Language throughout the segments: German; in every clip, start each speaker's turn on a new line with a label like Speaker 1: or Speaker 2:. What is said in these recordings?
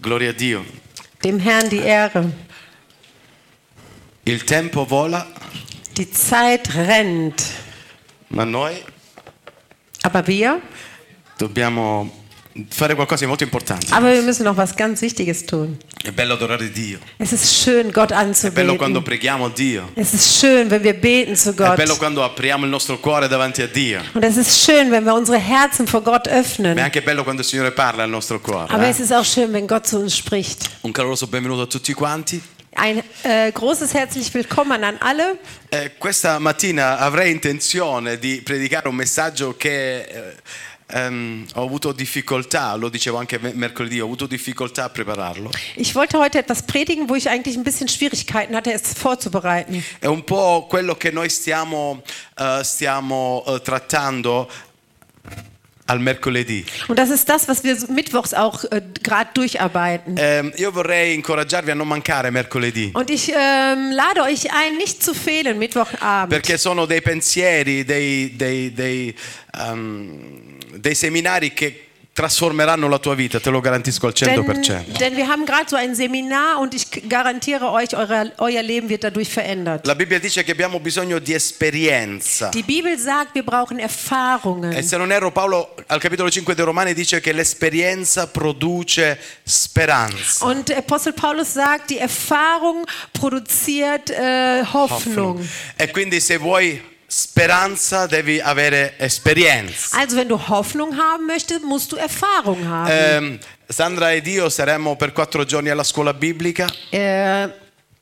Speaker 1: Gloria a Dio.
Speaker 2: Dem Herrn die Ehre.
Speaker 1: Il tempo vola,
Speaker 2: Die Zeit rennt,
Speaker 1: ma noi
Speaker 2: aber wir,
Speaker 1: dobbiamo fare qualcosa di molto importante.
Speaker 2: aber wir müssen noch was ganz Wichtiges tun.
Speaker 1: È bello adorare Dio.
Speaker 2: Es ist schön, Gott
Speaker 1: È bello quando
Speaker 2: anzubeten.
Speaker 1: preghiamo Dio.
Speaker 2: Es ist schön, wenn wir beten zu
Speaker 1: È
Speaker 2: Gott.
Speaker 1: bello quando apriamo il nostro cuore davanti a Dio.
Speaker 2: Und es ist schön, wenn wir unsere Herzen vor Gott
Speaker 1: Ma è
Speaker 2: öffnen.
Speaker 1: anche bello quando il Signore parla al nostro
Speaker 2: Aber
Speaker 1: cuore.
Speaker 2: es
Speaker 1: eh.
Speaker 2: ist auch schön, wenn Gott zu uns spricht.
Speaker 1: Un caloroso benvenuto a tutti quanti.
Speaker 2: Ein äh, großes herzlich willkommen an alle.
Speaker 1: Eh, questa mattina avrei intenzione di predicare un messaggio che eh, ehm, ho avuto difficoltà, lo dicevo anche me- mercoledì, ho avuto difficoltà a prepararlo.
Speaker 2: Ich wollte heute etwas predigen, wo ich eigentlich ein bisschen Schwierigkeiten hatte, es vorzubereiten.
Speaker 1: È un po' quello che noi stiamo, eh, stiamo eh, trattando al mercoledì.
Speaker 2: Und das ist das, was wir so mittwochs auch äh, gerade durcharbeiten.
Speaker 1: Ehm, io vorrei incoraggiarvi a non mancare mercoledì.
Speaker 2: Und ich ähm, lade euch ein, nicht zu fehlen Mittwochabend.
Speaker 1: Perché sono dei pensieri, dei, dei- dei, ehm, dei seminari che trasformeranno la tua vita, te lo garantisco al
Speaker 2: Denn,
Speaker 1: 100%.
Speaker 2: denn wir haben gerade so ein Seminar und ich k- garantiere euch, eure, euer Leben wird dadurch verändert.
Speaker 1: La Bibbia dice che abbiamo bisogno di esperienza.
Speaker 2: Die Bibel sagt, wir brauchen Erfahrungen.
Speaker 1: E se non erro Paolo al capitolo 5 dei Romani dice che l'esperienza produce speranza.
Speaker 2: Und Apostel Paulus sagt, die Erfahrung produziert äh, Hoffnung.
Speaker 1: E quindi se vuoi speranza devi avere esperienza.
Speaker 2: Also wenn du Hoffnung haben möchtest, musst du Erfahrung haben.
Speaker 1: Ehm, Sandra ed io saremo per quattro giorni alla scuola biblica,
Speaker 2: Äh,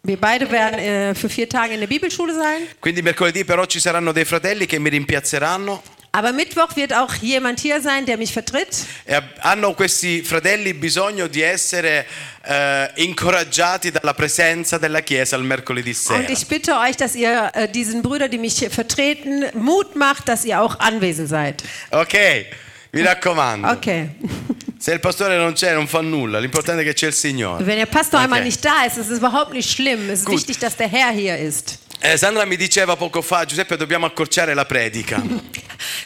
Speaker 2: wir beide werden äh, für vier Tage in der Bibelschule sein.
Speaker 1: quindi mercoledì però ci saranno dei fratelli che mi rimpiazzeranno
Speaker 2: Aber Mittwoch wird auch jemand hier sein, der mich vertritt.
Speaker 1: e ab- hanno questi fratelli bisogno di essere eh, incoraggiati dalla presenza della Chiesa il mercoledì
Speaker 2: Und
Speaker 1: sera.
Speaker 2: ich bitte euch, dass ihr äh, diesen Brüder, die mich hier vertreten, Mut macht, dass ihr auch anwesend seid.
Speaker 1: Ok, mi raccomando.
Speaker 2: Okay.
Speaker 1: Se il pastore non c'è non fa nulla, l'importante è che c'è il Signore.
Speaker 2: Wenn der Pastor
Speaker 1: Okay.
Speaker 2: einmal nicht da ist, ist es überhaupt nicht schlimm. Es ist
Speaker 1: Gut.
Speaker 2: wichtig, dass der Herr hier ist.
Speaker 1: Eh, Sandra mi diceva poco fa, Giuseppe dobbiamo accorciare la predica.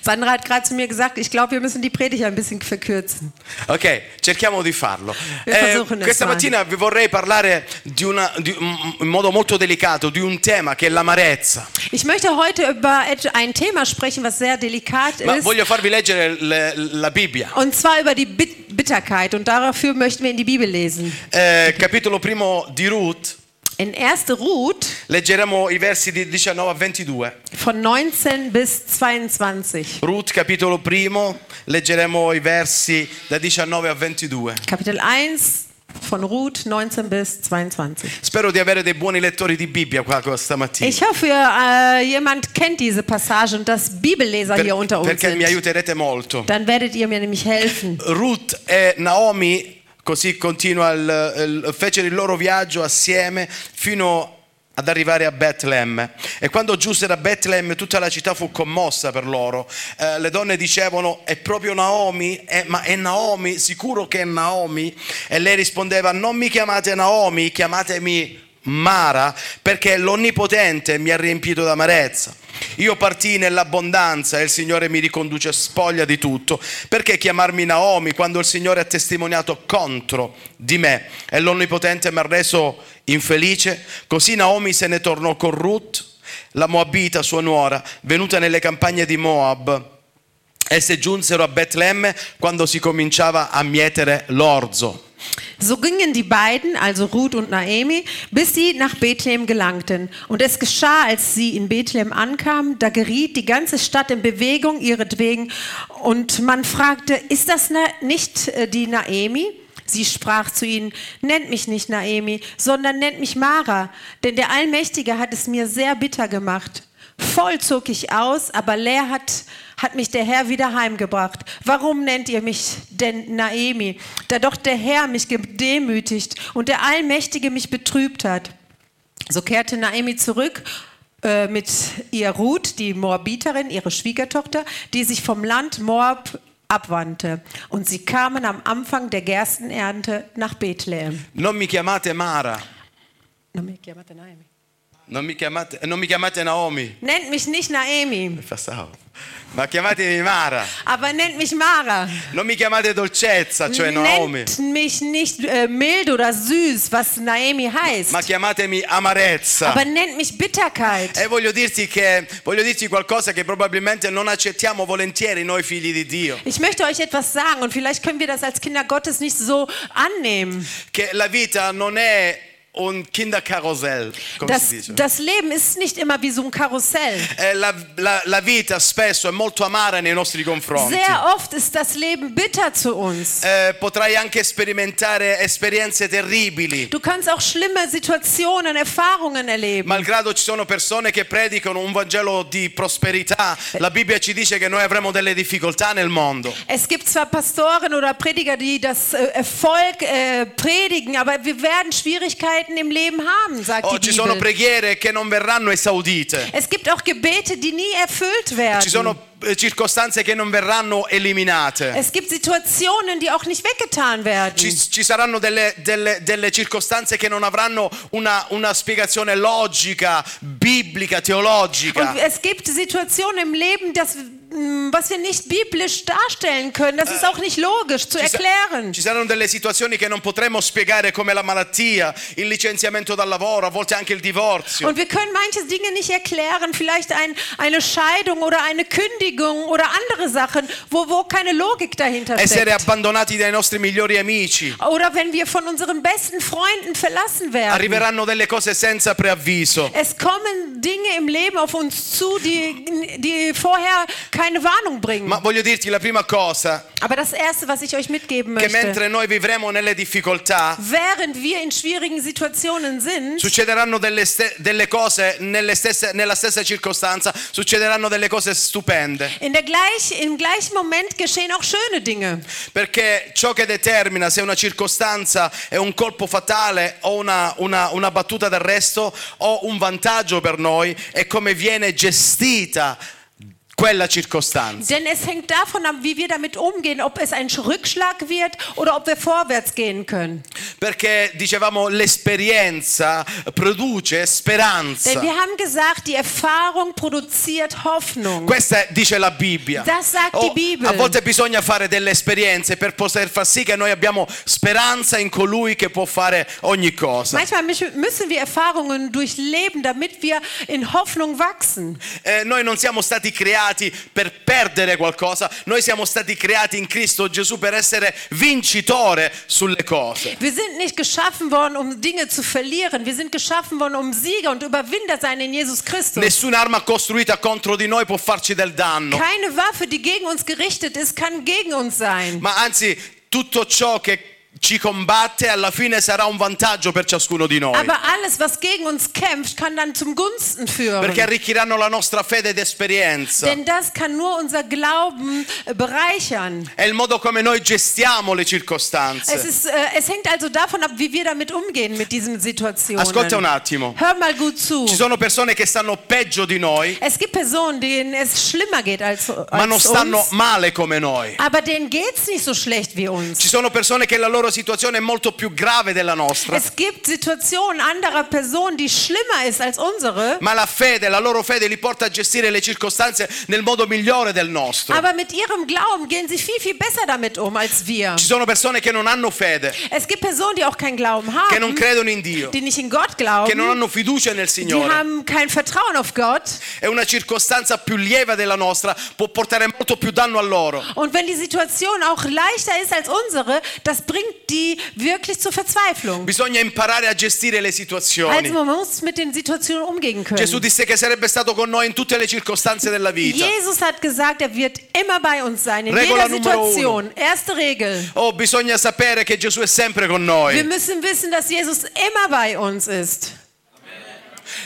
Speaker 2: Sandra hat gerade zu mir gesagt, ich glaube, wir müssen die Predigt ein bisschen verkürzen.
Speaker 1: Ok, cerchiamo di farlo. Eh,
Speaker 2: Io faccio con
Speaker 1: questa
Speaker 2: Esmani.
Speaker 1: mattina vi vorrei parlare di una- di un- in modo molto delicato di un tema che è l'amarezza.
Speaker 2: Ich möchte heute über et- ein Thema sprechen, was sehr delikat
Speaker 1: Ma
Speaker 2: ist.
Speaker 1: voglio farvi leggere le- la Bibbia.
Speaker 2: Und zwar über die Bit Bitterkeit. Und dafür möchten wir in die Bibel lesen.
Speaker 1: Eh, capitolo primo di Ruth,
Speaker 2: In 1. Ruth
Speaker 1: leggeremo i versi di 19 a 22.
Speaker 2: von 19 bis 22.
Speaker 1: Ruth, capitolo primo, leggeremo i versi da 19 a 22.
Speaker 2: Kapitel 1 von Ruth 19 bis 22.
Speaker 1: Spero di avere dei buoni lettori di Bibbia qua questa mattina.
Speaker 2: Ich hoffe, ihr, äh, jemand kennt diese Passage und dass Bibelleser
Speaker 1: per-
Speaker 2: hier unter uns
Speaker 1: perché mi
Speaker 2: sind.
Speaker 1: aiuterete molto.
Speaker 2: Dann werdet ihr mir nämlich helfen.
Speaker 1: Ruth e Naomi, così continua, il- il- fecero il loro viaggio assieme fino ad arrivare a Betlemme. E quando giunsero a Betlemme tutta la città fu commossa per loro. Eh, le donne dicevano, è proprio Naomi? Eh, ma è Naomi? Sicuro che è Naomi? E lei rispondeva, non mi chiamate Naomi, chiamatemi Mara, perché l'Onnipotente mi ha riempito d'amarezza. Io partii nell'abbondanza e il Signore mi riconduce spoglia di tutto. Perché chiamarmi Naomi quando il Signore ha testimoniato contro di me e l'Onnipotente mi ha reso infelice? Così Naomi se ne tornò con Ruth, la Moabita, sua nuora, venuta nelle campagne di Moab. Esse giunsero a Betlemme quando si cominciava a mietere l'orzo.
Speaker 2: So gingen die beiden, also Ruth und Naomi, bis sie nach Bethlehem gelangten. Und es geschah, als sie in Bethlehem ankamen, da geriet die ganze Stadt in Bewegung ihretwegen. Und man fragte, ist das na nicht äh, die Naomi? Sie sprach zu ihnen, nennt mich nicht Naomi, sondern nennt mich Mara, denn der Allmächtige hat es mir sehr bitter gemacht. Voll zog ich aus, aber leer hat, hat mich der Herr wieder heimgebracht. Warum nennt ihr mich denn Naemi, da doch der Herr mich gedemütigt und der Allmächtige mich betrübt hat? So kehrte Naemi zurück äh, mit ihr Ruth, die Moabiterin, ihre Schwiegertochter, die sich vom Land Moab abwandte. Und sie kamen am Anfang der Gerstenernte nach Bethlehem.
Speaker 1: Non mi chiamate Mara,
Speaker 2: Non mi chiamate Naemi.
Speaker 1: Non mi chiamate, non mi chiamate Naomi,
Speaker 2: Nennt mich nicht Naemi,
Speaker 1: fa stavo. ma chiamatemi Mara.
Speaker 2: aber nennt mich Mara.
Speaker 1: Non mi chiamate dolcezza, cioè Naomi,
Speaker 2: Nennt mich nicht äh, mild oder süß, was Naemi heißt,
Speaker 1: ma chiamatemi amarezza.
Speaker 2: aber nennt mich Bitterkeit.
Speaker 1: E voglio dirti che voglio dirti qualcosa che probabilmente non accettiamo volentieri noi figli di Dio,
Speaker 2: Ich möchte euch etwas sagen und vielleicht können wir das als Kinder Gottes nicht so annehmen.
Speaker 1: che la vita non è un kinderkarussell, come
Speaker 2: Das,
Speaker 1: si dice.
Speaker 2: das Leben ist nicht immer wie so ein Karussell.
Speaker 1: Eh, la, la- la vita spesso è molto amara nei nostri confronti.
Speaker 2: Sehr oft ist das Leben bitter zu uns.
Speaker 1: Eh, potrai anche sperimentare esperienze terribili,
Speaker 2: Du kannst auch schlimme Situationen, Erfahrungen erleben.
Speaker 1: malgrado ci sono persone che predicano un Vangelo di prosperità. La Bibbia ci dice che noi avremo delle difficoltà nel mondo.
Speaker 2: Es gibt zwar Pastoren oder Prediger, die das äh, Erfolg äh, predigen, aber wir werden Schwierigkeiten im Leben haben, sagt
Speaker 1: Oh,
Speaker 2: die
Speaker 1: ci sono
Speaker 2: Bibel.
Speaker 1: preghiere che non verranno esaudite.
Speaker 2: Es gibt auch Gebete, die nie erfüllt
Speaker 1: Ci
Speaker 2: werden.
Speaker 1: sono eh, circostanze che non verranno eliminate.
Speaker 2: Es gibt Situationen, die auch nicht weggetan werden.
Speaker 1: Ci, ci saranno delle, delle- delle circostanze che non avranno una, una spiegazione logica, biblica, teologica.
Speaker 2: Und es gibt Situationen im Leben, das, mh, was wir nicht biblisch darstellen können. Das ist auch nicht logisch zu
Speaker 1: Äh, Ci sa-
Speaker 2: erklären.
Speaker 1: Ci saranno delle situazioni che non potremo spiegare come la malattia, il licenziamento dal lavoro, a volte anche il divorzio.
Speaker 2: Und wir können manche Dinge nicht erklären, vielleicht ein, eine Scheidung oder eine Kündigung oder andere Sachen, wo, wo keine Logik dahinter
Speaker 1: Essere
Speaker 2: steckt.
Speaker 1: abbandonati dai nostri migliori amici.
Speaker 2: Oder wenn wir von unseren besten Freunden verlassen werden.
Speaker 1: Arriveranno delle cose senza preavviso.
Speaker 2: Es kommen Dinge im Leben auf uns zu, die, die vorher keine Warnung bringen.
Speaker 1: Ma voglio dirti la prima cosa,
Speaker 2: Aber das Erste, was ich euch mitgeben
Speaker 1: che
Speaker 2: möchte,
Speaker 1: mentre noi vivremo nelle difficoltà,
Speaker 2: während wir in schwierigen Situationen sind,
Speaker 1: succederanno delle, ste- delle cose nelle stesse- nella stessa circostanza, succederanno delle cose stupende.
Speaker 2: in der gleich, im gleichen Moment geschehen auch schöne Dinge.
Speaker 1: Perché ciò che determina se una circostanza è un colpo fatale o una, una- una battuta d'arresto o un vantaggio per noi è come viene gestita quella circostanza.
Speaker 2: Denn es hängt davon ab, wie wir damit umgehen, ob es ein Rückschlag wird oder ob wir vorwärts gehen können.
Speaker 1: Perché dicevamo l'esperienza produce
Speaker 2: Denn wir
Speaker 1: speranza.
Speaker 2: haben gesagt, die Erfahrung produziert Hoffnung.
Speaker 1: Questa dice la Bibbia. Oh,
Speaker 2: Das sagt die Bibel.
Speaker 1: a volte bisogna fare delle esperienze per poter far sì che noi abbiamo speranza in colui che può fare ogni cosa.
Speaker 2: Manchmal mich- müssen wir Erfahrungen durchleben, damit wir in Hoffnung wachsen.
Speaker 1: Eh, noi non siamo stati creati per perdere qualcosa, noi siamo stati creati in Cristo Gesù per essere vincitore sulle cose.
Speaker 2: Wir sind nicht geschaffen worden, um Dinge zu verlieren. Wir sind geschaffen worden, um Sieger und Überwinder sein in Jesus Christus.
Speaker 1: Nessun'arma costruita contro di noi può farci del danno,
Speaker 2: Keine Waffe, die gegen uns gerichtet ist, kann gegen uns sein.
Speaker 1: ma anzi tutto ciò che ci combatte alla fine sarà un vantaggio per ciascuno di noi.
Speaker 2: Aber alles, was gegen uns kämpft, kann dann zum Gunsten führen.
Speaker 1: Perché arricchiranno la nostra fede ed esperienza.
Speaker 2: Denn das kann nur unser Glauben äh, bereichern.
Speaker 1: È il modo come noi gestiamo le
Speaker 2: Es,
Speaker 1: circostanze.
Speaker 2: ist, äh, es hängt also davon ab, wie wir damit umgehen mit diesen Situationen.
Speaker 1: Ascolta un attimo.
Speaker 2: Hör mal gut zu.
Speaker 1: Ci sono persone che stanno peggio di noi,
Speaker 2: Es gibt Personen, denen es schlimmer geht als,
Speaker 1: ma non
Speaker 2: als
Speaker 1: stanno
Speaker 2: uns,
Speaker 1: male come noi.
Speaker 2: aber denen geht es nicht so schlecht wie uns.
Speaker 1: Ci sono persone che la loro situazione è molto più grave della nostra,
Speaker 2: Es gibt Situationen anderer Personen, die schlimmer ist als unsere,
Speaker 1: ma la fede, la loro fede li porta a gestire le circostanze nel modo migliore del nostro.
Speaker 2: aber mit ihrem Glauben gehen sie viel, viel besser damit um als wir.
Speaker 1: Ci sono persone che non hanno fede,
Speaker 2: Es gibt Personen, die auch keinen Glauben
Speaker 1: che non
Speaker 2: haben,
Speaker 1: credono in Dio,
Speaker 2: die nicht in Gott
Speaker 1: che non
Speaker 2: glauben,
Speaker 1: hanno fiducia nel
Speaker 2: die
Speaker 1: Signore.
Speaker 2: haben kein Vertrauen auf Gott.
Speaker 1: E una circostanza più lieve della nostra può portare molto più danno a loro.
Speaker 2: Und wenn die Situation auch leichter ist als unsere, das bringt die wirklich zur Verzweiflung.
Speaker 1: Bisogna imparare a gestire le
Speaker 2: Also
Speaker 1: situazioni.
Speaker 2: man muss mit den Situationen umgehen
Speaker 1: Gesù
Speaker 2: können.
Speaker 1: disse che sarebbe stato con noi in tutte le circostanze della vita.
Speaker 2: Jesus hat gesagt, er wird immer bei uns sein, in
Speaker 1: Regola
Speaker 2: jeder
Speaker 1: numero uno.
Speaker 2: Situation. Erste Regel.
Speaker 1: Oh, bisogna sapere che Gesù è sempre con
Speaker 2: Wir
Speaker 1: noi
Speaker 2: müssen wissen, dass Jesus immer bei uns ist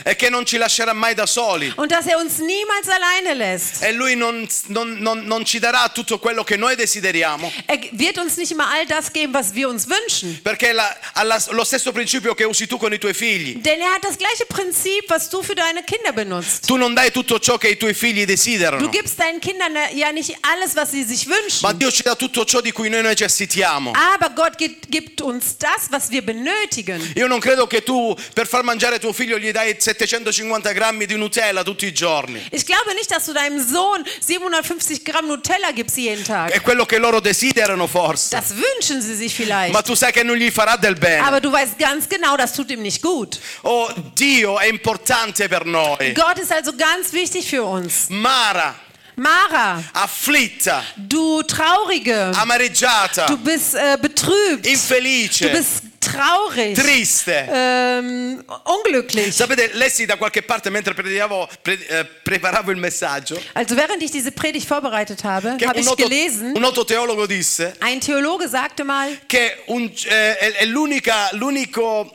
Speaker 1: e che non ci lascerà mai da soli.
Speaker 2: und dass er uns niemals alleine lässt.
Speaker 1: E lui non, non- non- non ci darà tutto quello che noi desideriamo.
Speaker 2: Er wird uns nicht immer all das geben, was wir uns wünschen.
Speaker 1: Perché la- alla- lo stesso principio che usi tu con i tuoi figli.
Speaker 2: Denn er hat das gleiche Prinzip, was du für deine Kinder benutzt.
Speaker 1: Tu non dai tutto ciò che i tuoi figli
Speaker 2: Du
Speaker 1: desiderano.
Speaker 2: gibst deinen Kindern ja nicht alles, was sie sich wünschen.
Speaker 1: Ma Dio ci dà tutto ciò di cui noi necessitiamo.
Speaker 2: Aber Gott gibt, gibt uns das, was wir benötigen.
Speaker 1: Io non credo che tu per far mangiare tuo figlio gli dai 750 grammi di Nutella tutti i giorni.
Speaker 2: Ich glaube nicht, dass du deinem Sohn 750 Gramm Nutella gibst jeden Tag.
Speaker 1: È quello che loro desiderano forse.
Speaker 2: Das wünschen sie sich vielleicht.
Speaker 1: Ma tu sai che non gli farà del bene.
Speaker 2: Aber du weißt ganz genau, das tut ihm nicht gut.
Speaker 1: Oh, Dio è importante per noi.
Speaker 2: Gott ist also ganz wichtig für uns.
Speaker 1: Mara,
Speaker 2: Mara,
Speaker 1: afflitta,
Speaker 2: du Traurige,
Speaker 1: Ah.
Speaker 2: du
Speaker 1: amareggiata,
Speaker 2: bist äh, betrübt, du
Speaker 1: infelice,
Speaker 2: bist traurig,
Speaker 1: triste.
Speaker 2: ähm, unglücklich.
Speaker 1: Sapete, lessi da qualche parte mentre predicavo- pre- eh, preparavo il messaggio
Speaker 2: Also während ich diese Predigt vorbereitet habe,
Speaker 1: che
Speaker 2: habe
Speaker 1: un
Speaker 2: ich
Speaker 1: noto,
Speaker 2: gelesen,
Speaker 1: un noto teologo disse
Speaker 2: ein Theologe sagte mal,
Speaker 1: che un- eh, è, è l'unica, l'unico...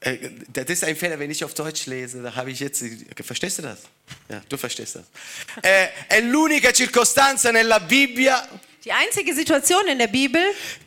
Speaker 1: Eh, Das ist ein Fehler, wenn ich auf Deutsch lese, da habe ich jetzt... Verstehst du das? Ja, du verstehst das. Eh, è l'unica circostanza nella Bibbia
Speaker 2: die einzige Situation in der Bibel,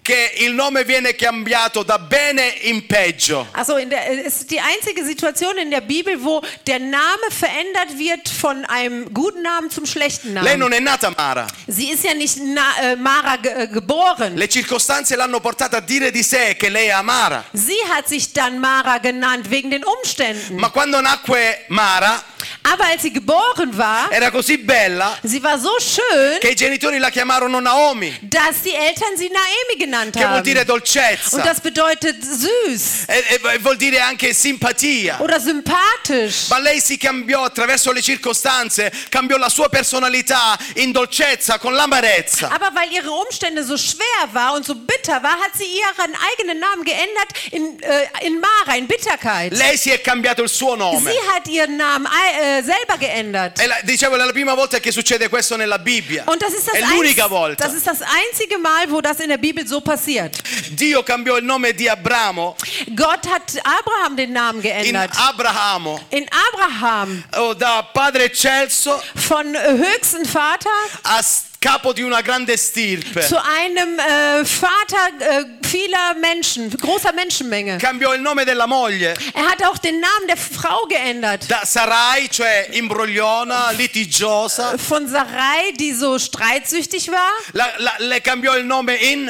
Speaker 1: che il nome viene cambiato da bene in peggio.
Speaker 2: also in der, es ist die einzige Situation in der Bibel, wo der Name verändert wird von einem guten Namen zum schlechten
Speaker 1: Lei
Speaker 2: Namen.
Speaker 1: non è nata Mara,
Speaker 2: Sie ist ja nicht Na, äh, Mara ge äh, geboren.
Speaker 1: le circostanze l'hanno portata a dire di sé che lei è amara.
Speaker 2: Sie hat sich dann Mara genannt wegen den Umständen.
Speaker 1: Ma quando nacque Mara
Speaker 2: Aber als sie geboren war,
Speaker 1: era così bella
Speaker 2: sie war so schön,
Speaker 1: che i genitori la chiamarono Naomi,
Speaker 2: dass die Eltern sie Naemi genannt
Speaker 1: che vuol dire
Speaker 2: haben. Und
Speaker 1: dolcezza
Speaker 2: das bedeutet süß
Speaker 1: e, e- e vuol dire anche simpatia.
Speaker 2: oder sympathisch.
Speaker 1: Ma lei si cambiò attraverso le circostanze, cambiò la sua personalità in dolcezza con l'amarezza.
Speaker 2: Aber weil ihre Umstände so schwer war und so bitter war, hat sie ihren eigenen Namen geändert in, äh, in Mara, in Bitterkeit.
Speaker 1: Lei si è cambiato il suo nome.
Speaker 2: Sie hat ihren Namen äh, selber geändert.
Speaker 1: E la- dicevo, è la prima volta che succede questo nella Bibbia.
Speaker 2: Und das ist das,
Speaker 1: è l'unica
Speaker 2: einz-
Speaker 1: volta.
Speaker 2: das ist das einzige Mal, wo das in der Bibel so passiert.
Speaker 1: Dio cambiò il nome di Abramo
Speaker 2: Gott hat Abraham den Namen
Speaker 1: in
Speaker 2: geändert.
Speaker 1: Abramo,
Speaker 2: In Abraham
Speaker 1: oh, da padre eccelso
Speaker 2: von äh, höchsten Vater
Speaker 1: a s- capo di una grande stirpe.
Speaker 2: zu einem äh, Vater äh, vieler Menschen, großer Menschenmenge.
Speaker 1: Cambiò il nome della moglie
Speaker 2: Er hat auch den Namen der Frau geändert.
Speaker 1: da Sarai, cioè imbrogliona, litigiosa,
Speaker 2: Von Sarai, die so streitsüchtig war,
Speaker 1: la- la- le cambiò il nome in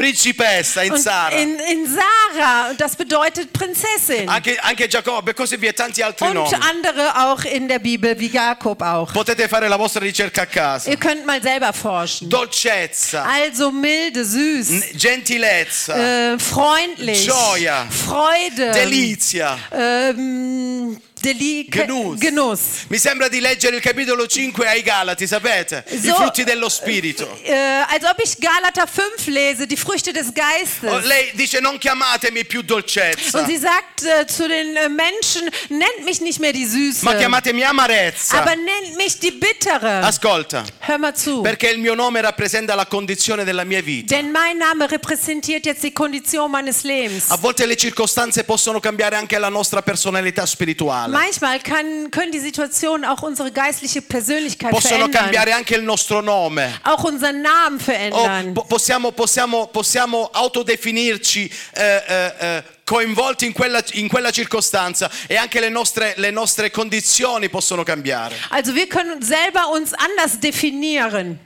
Speaker 1: principessa, in
Speaker 2: und
Speaker 1: Sara.
Speaker 2: in, in Sarah. Und das bedeutet Prinzessin.
Speaker 1: Anche, anche Giacobbe e così via, tanti altri nomi.
Speaker 2: Und andere auch in der Bibel, wie Jakob auch.
Speaker 1: Potete fare la vostra ricerca a casa.
Speaker 2: Ihr könnt mal selber forschen.
Speaker 1: Dolcezza,
Speaker 2: Also milde, süß,
Speaker 1: n- gentilezza,
Speaker 2: äh, freundlich,
Speaker 1: Gioia.
Speaker 2: Freude,
Speaker 1: delizia.
Speaker 2: ähm, Deli
Speaker 1: Genuss.
Speaker 2: Genuss.
Speaker 1: Mi sembra di leggere il capitolo 5 ai Galati, sapete? I
Speaker 2: So-
Speaker 1: frutti dello spirito.
Speaker 2: Äh, als ob ich Galater 5 lese, die Früchte des
Speaker 1: Oh,
Speaker 2: Geistes.
Speaker 1: lei dice non chiamatemi più dolcezza,
Speaker 2: Und sie sagt äh, zu den äh, Menschen, nennt mich nicht mehr die Süße,
Speaker 1: ma chiamatemi amarezza.
Speaker 2: aber nennt mich die Bittere.
Speaker 1: Ascolta,
Speaker 2: Hör mal zu.
Speaker 1: perché il mio nome rappresenta la condizione della mia vita.
Speaker 2: Denn mein Name repräsentiert jetzt die Kondition meines Lebens.
Speaker 1: A volte le circostanze possono cambiare anche la nostra personalità spirituale.
Speaker 2: Manchmal kann, können die Situationen auch unsere geistliche Persönlichkeit
Speaker 1: Possono
Speaker 2: verändern.
Speaker 1: cambiare anche il nostro nome.
Speaker 2: Auch unseren Namen
Speaker 1: O
Speaker 2: verändern.
Speaker 1: po- possiamo, possiamo- possiamo autodefinirci eh, eh, eh, coinvolti in quella, in quella circostanza e anche le nostre, le nostre condizioni possono cambiare.
Speaker 2: also wir können uns selber uns anders definieren.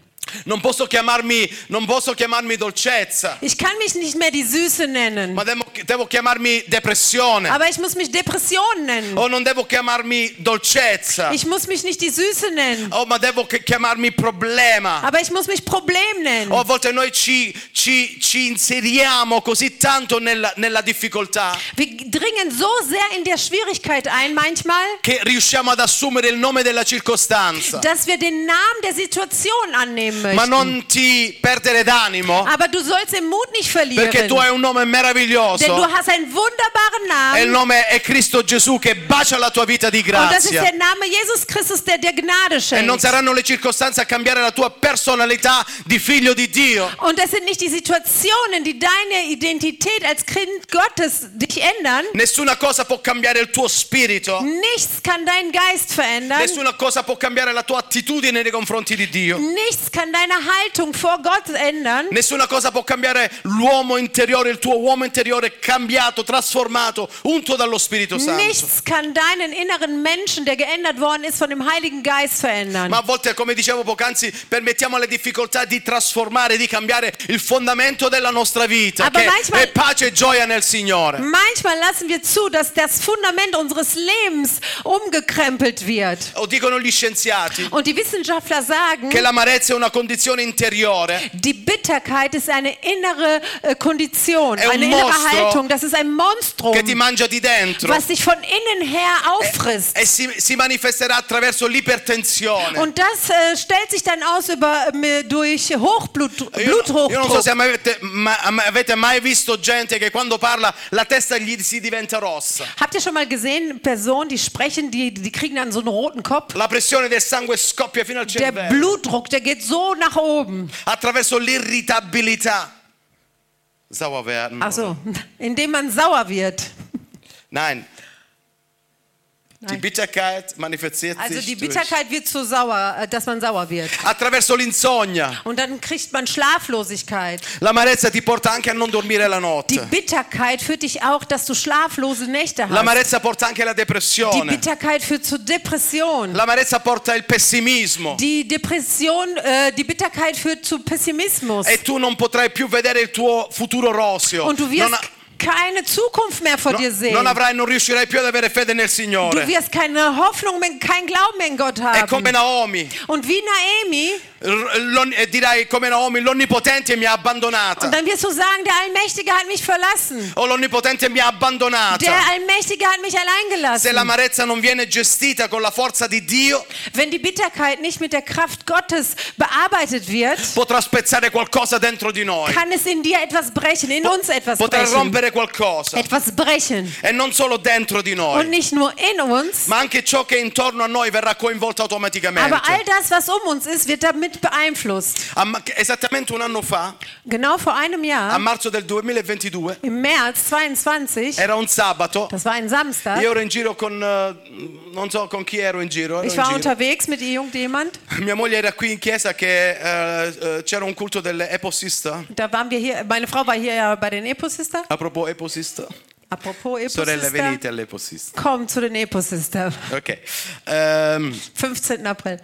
Speaker 1: Non posso chiamarmi, non posso chiamarmi dolcezza,
Speaker 2: Ich kann mich nicht mehr die Süße nennen,
Speaker 1: ma devo, devo chiamarmi depressione.
Speaker 2: aber ich muss mich Depression nennen.
Speaker 1: O non devo chiamarmi dolcezza.
Speaker 2: Ich muss mich nicht die Süße nennen,
Speaker 1: Oh, ma devo che- chiamarmi problema.
Speaker 2: aber ich muss mich Problem nennen.
Speaker 1: Oh, a volte noi ci, ci- ci inseriamo così tanto nella, nella difficoltà
Speaker 2: Wir dringen so sehr in der Schwierigkeit ein manchmal,
Speaker 1: che riusciamo ad assumere il nome della circostanza.
Speaker 2: dass wir den Namen der Situation annehmen
Speaker 1: Ma
Speaker 2: möchten.
Speaker 1: non ti perdere d'animo,
Speaker 2: Aber du sollst den Mut nicht verlieren,
Speaker 1: perché tu
Speaker 2: denn
Speaker 1: hai un nome
Speaker 2: du
Speaker 1: meraviglioso.
Speaker 2: hast einen wunderbaren
Speaker 1: E il
Speaker 2: Namen.
Speaker 1: nome è Cristo Gesù che bacia la tua vita di
Speaker 2: Und das ist
Speaker 1: grazia.
Speaker 2: der Name Jesus Christus, der dir
Speaker 1: E
Speaker 2: Gnade
Speaker 1: non
Speaker 2: schenkt.
Speaker 1: saranno le circostanze a cambiare la tua personalità di figlio di Dio,
Speaker 2: Und es sind nicht die Situationen, die deine Identität als Kind Gottes dich ändern.
Speaker 1: nessuna cosa può cambiare il tuo spirito,
Speaker 2: Nichts kann deinen Geist verändern.
Speaker 1: nessuna cosa può cambiare la tua attitudine nei confronti di Dio,
Speaker 2: Nichts kann deine Haltung vor Gott ändern.
Speaker 1: nessuna cosa può cambiare l'uomo interiore, il tuo uomo interiore cambiato, trasformato, unto dallo Spirito Santo.
Speaker 2: Nichts kann deinen inneren Menschen, der geändert worden ist, von dem Heiligen Geist verändern.
Speaker 1: Ma a volte, come dicevo poc'anzi, permettiamo alle difficoltà di trasformare, di cambiare il fondamento della nostra vita,
Speaker 2: Ah, ma
Speaker 1: che
Speaker 2: manchmal-
Speaker 1: è pace e gioia nel Signore.
Speaker 2: Manchmal lassen lassen wir zu, dass das Fundament unseres Lebens umgekrempelt wird.
Speaker 1: O dicono gli scienziati
Speaker 2: Und die Wissenschaftler sagen,
Speaker 1: che l'amarezza è una condizione interiore,
Speaker 2: die Bitterkeit ist eine innere äh, Kondition,
Speaker 1: È un
Speaker 2: eine innere
Speaker 1: mostro
Speaker 2: Haltung. Das ist ein Monstrum,
Speaker 1: che ti mangia di dentro
Speaker 2: was dich von innen her auffrisst.
Speaker 1: e si, si manifesterà attraverso l'ipertensione.
Speaker 2: Und das äh, stellt sich dann aus über, ähm, durch Hochblut,
Speaker 1: Io, io non so
Speaker 2: Bluthochdruck.
Speaker 1: se mai avete, ma- ma- avete mai visto gente che quando parla la testa gli si diventa rossa,
Speaker 2: Habt ihr schon mal gesehen, Personen, die sprechen, die, die kriegen dann so einen roten Kopf?
Speaker 1: la pressione del sangue scoppia fino al
Speaker 2: Der
Speaker 1: cervello,
Speaker 2: Blutdruck, der geht so nach oben.
Speaker 1: attraverso l'irritabilità. Sauer werden.
Speaker 2: Ach so, indem man sauer wird.
Speaker 1: Nein. Die
Speaker 2: Nein.
Speaker 1: Bitterkeit manifestiert
Speaker 2: Also die
Speaker 1: sich
Speaker 2: Bitterkeit wird zu sauer, äh, dass man sauer wird.
Speaker 1: durch. attraverso l'insonnia.
Speaker 2: Und dann kriegt man Schlaflosigkeit.
Speaker 1: L'amarezza ti porta anche a non dormire la
Speaker 2: Die
Speaker 1: notte.
Speaker 2: Bitterkeit führt dich auch, dass du schlaflose Nächte hast.
Speaker 1: L'amarezza porta anche alla
Speaker 2: Die
Speaker 1: depressione.
Speaker 2: Bitterkeit führt zu Depression.
Speaker 1: L'amarezza porta il pessimismo.
Speaker 2: Die Depression, äh, die Bitterkeit führt zu Pessimismus.
Speaker 1: E tu non potrai più vedere il tuo futuro roseo.
Speaker 2: Und du
Speaker 1: Non,
Speaker 2: wirst
Speaker 1: ha-
Speaker 2: keine Zukunft mehr vor
Speaker 1: no-
Speaker 2: dir
Speaker 1: non
Speaker 2: sehen.
Speaker 1: avrai, non riuscirai più ad avere fede nel
Speaker 2: Du
Speaker 1: Signore.
Speaker 2: wirst keine Hoffnung mehr, keinen Glauben mehr in Gott
Speaker 1: È come
Speaker 2: haben.
Speaker 1: Naomi.
Speaker 2: Und wie Naomi,
Speaker 1: R- l'on- e dirai come Naomi, l'onnipotente mi ha
Speaker 2: und
Speaker 1: abbandonata.
Speaker 2: dann wirst du sagen, der Allmächtige hat mich verlassen.
Speaker 1: O l'onnipotente mi ha
Speaker 2: Der
Speaker 1: abbandonata.
Speaker 2: Allmächtige hat mich allein
Speaker 1: Se
Speaker 2: gelassen.
Speaker 1: l'amarezza non viene gestita con la forza di Dio,
Speaker 2: Wenn die Bitterkeit nicht mit der Kraft Gottes bearbeitet wird,
Speaker 1: potrà spezzare qualcosa dentro di noi.
Speaker 2: kann es in dir etwas brechen, in uns etwas
Speaker 1: Potrà
Speaker 2: brechen.
Speaker 1: rompere qualcosa.
Speaker 2: Etwas brechen.
Speaker 1: E non solo dentro di
Speaker 2: Und
Speaker 1: noi,
Speaker 2: nicht nur in uns,
Speaker 1: ma anche ciò che è intorno a noi verrà coinvolto
Speaker 2: aber all
Speaker 1: automaticamente.
Speaker 2: das, was um uns ist, wird damit beeinflusst.
Speaker 1: A ma- Esattamente un anno fa,
Speaker 2: Genau vor einem
Speaker 1: a
Speaker 2: Jahr,
Speaker 1: marzo del 2022,
Speaker 2: im März 22,
Speaker 1: era un sabato,
Speaker 2: das war ein Samstag,
Speaker 1: io ero in giro con, eh, non so con chi ero in giro, ero
Speaker 2: Ich
Speaker 1: in
Speaker 2: war
Speaker 1: giro.
Speaker 2: unterwegs mit irgendjemand.
Speaker 1: mia moglie era qui in chiesa che eh, eh, c'era un culto delle Eposista,
Speaker 2: Da waren wir hier. Meine Frau war hier ja bei den Eposister.
Speaker 1: a propos Eposista,
Speaker 2: Apropos
Speaker 1: sorelle
Speaker 2: Eposister.
Speaker 1: venite alle Eposista.
Speaker 2: Komm zu den Eposister.
Speaker 1: Ok, Ehm,
Speaker 2: 15. April.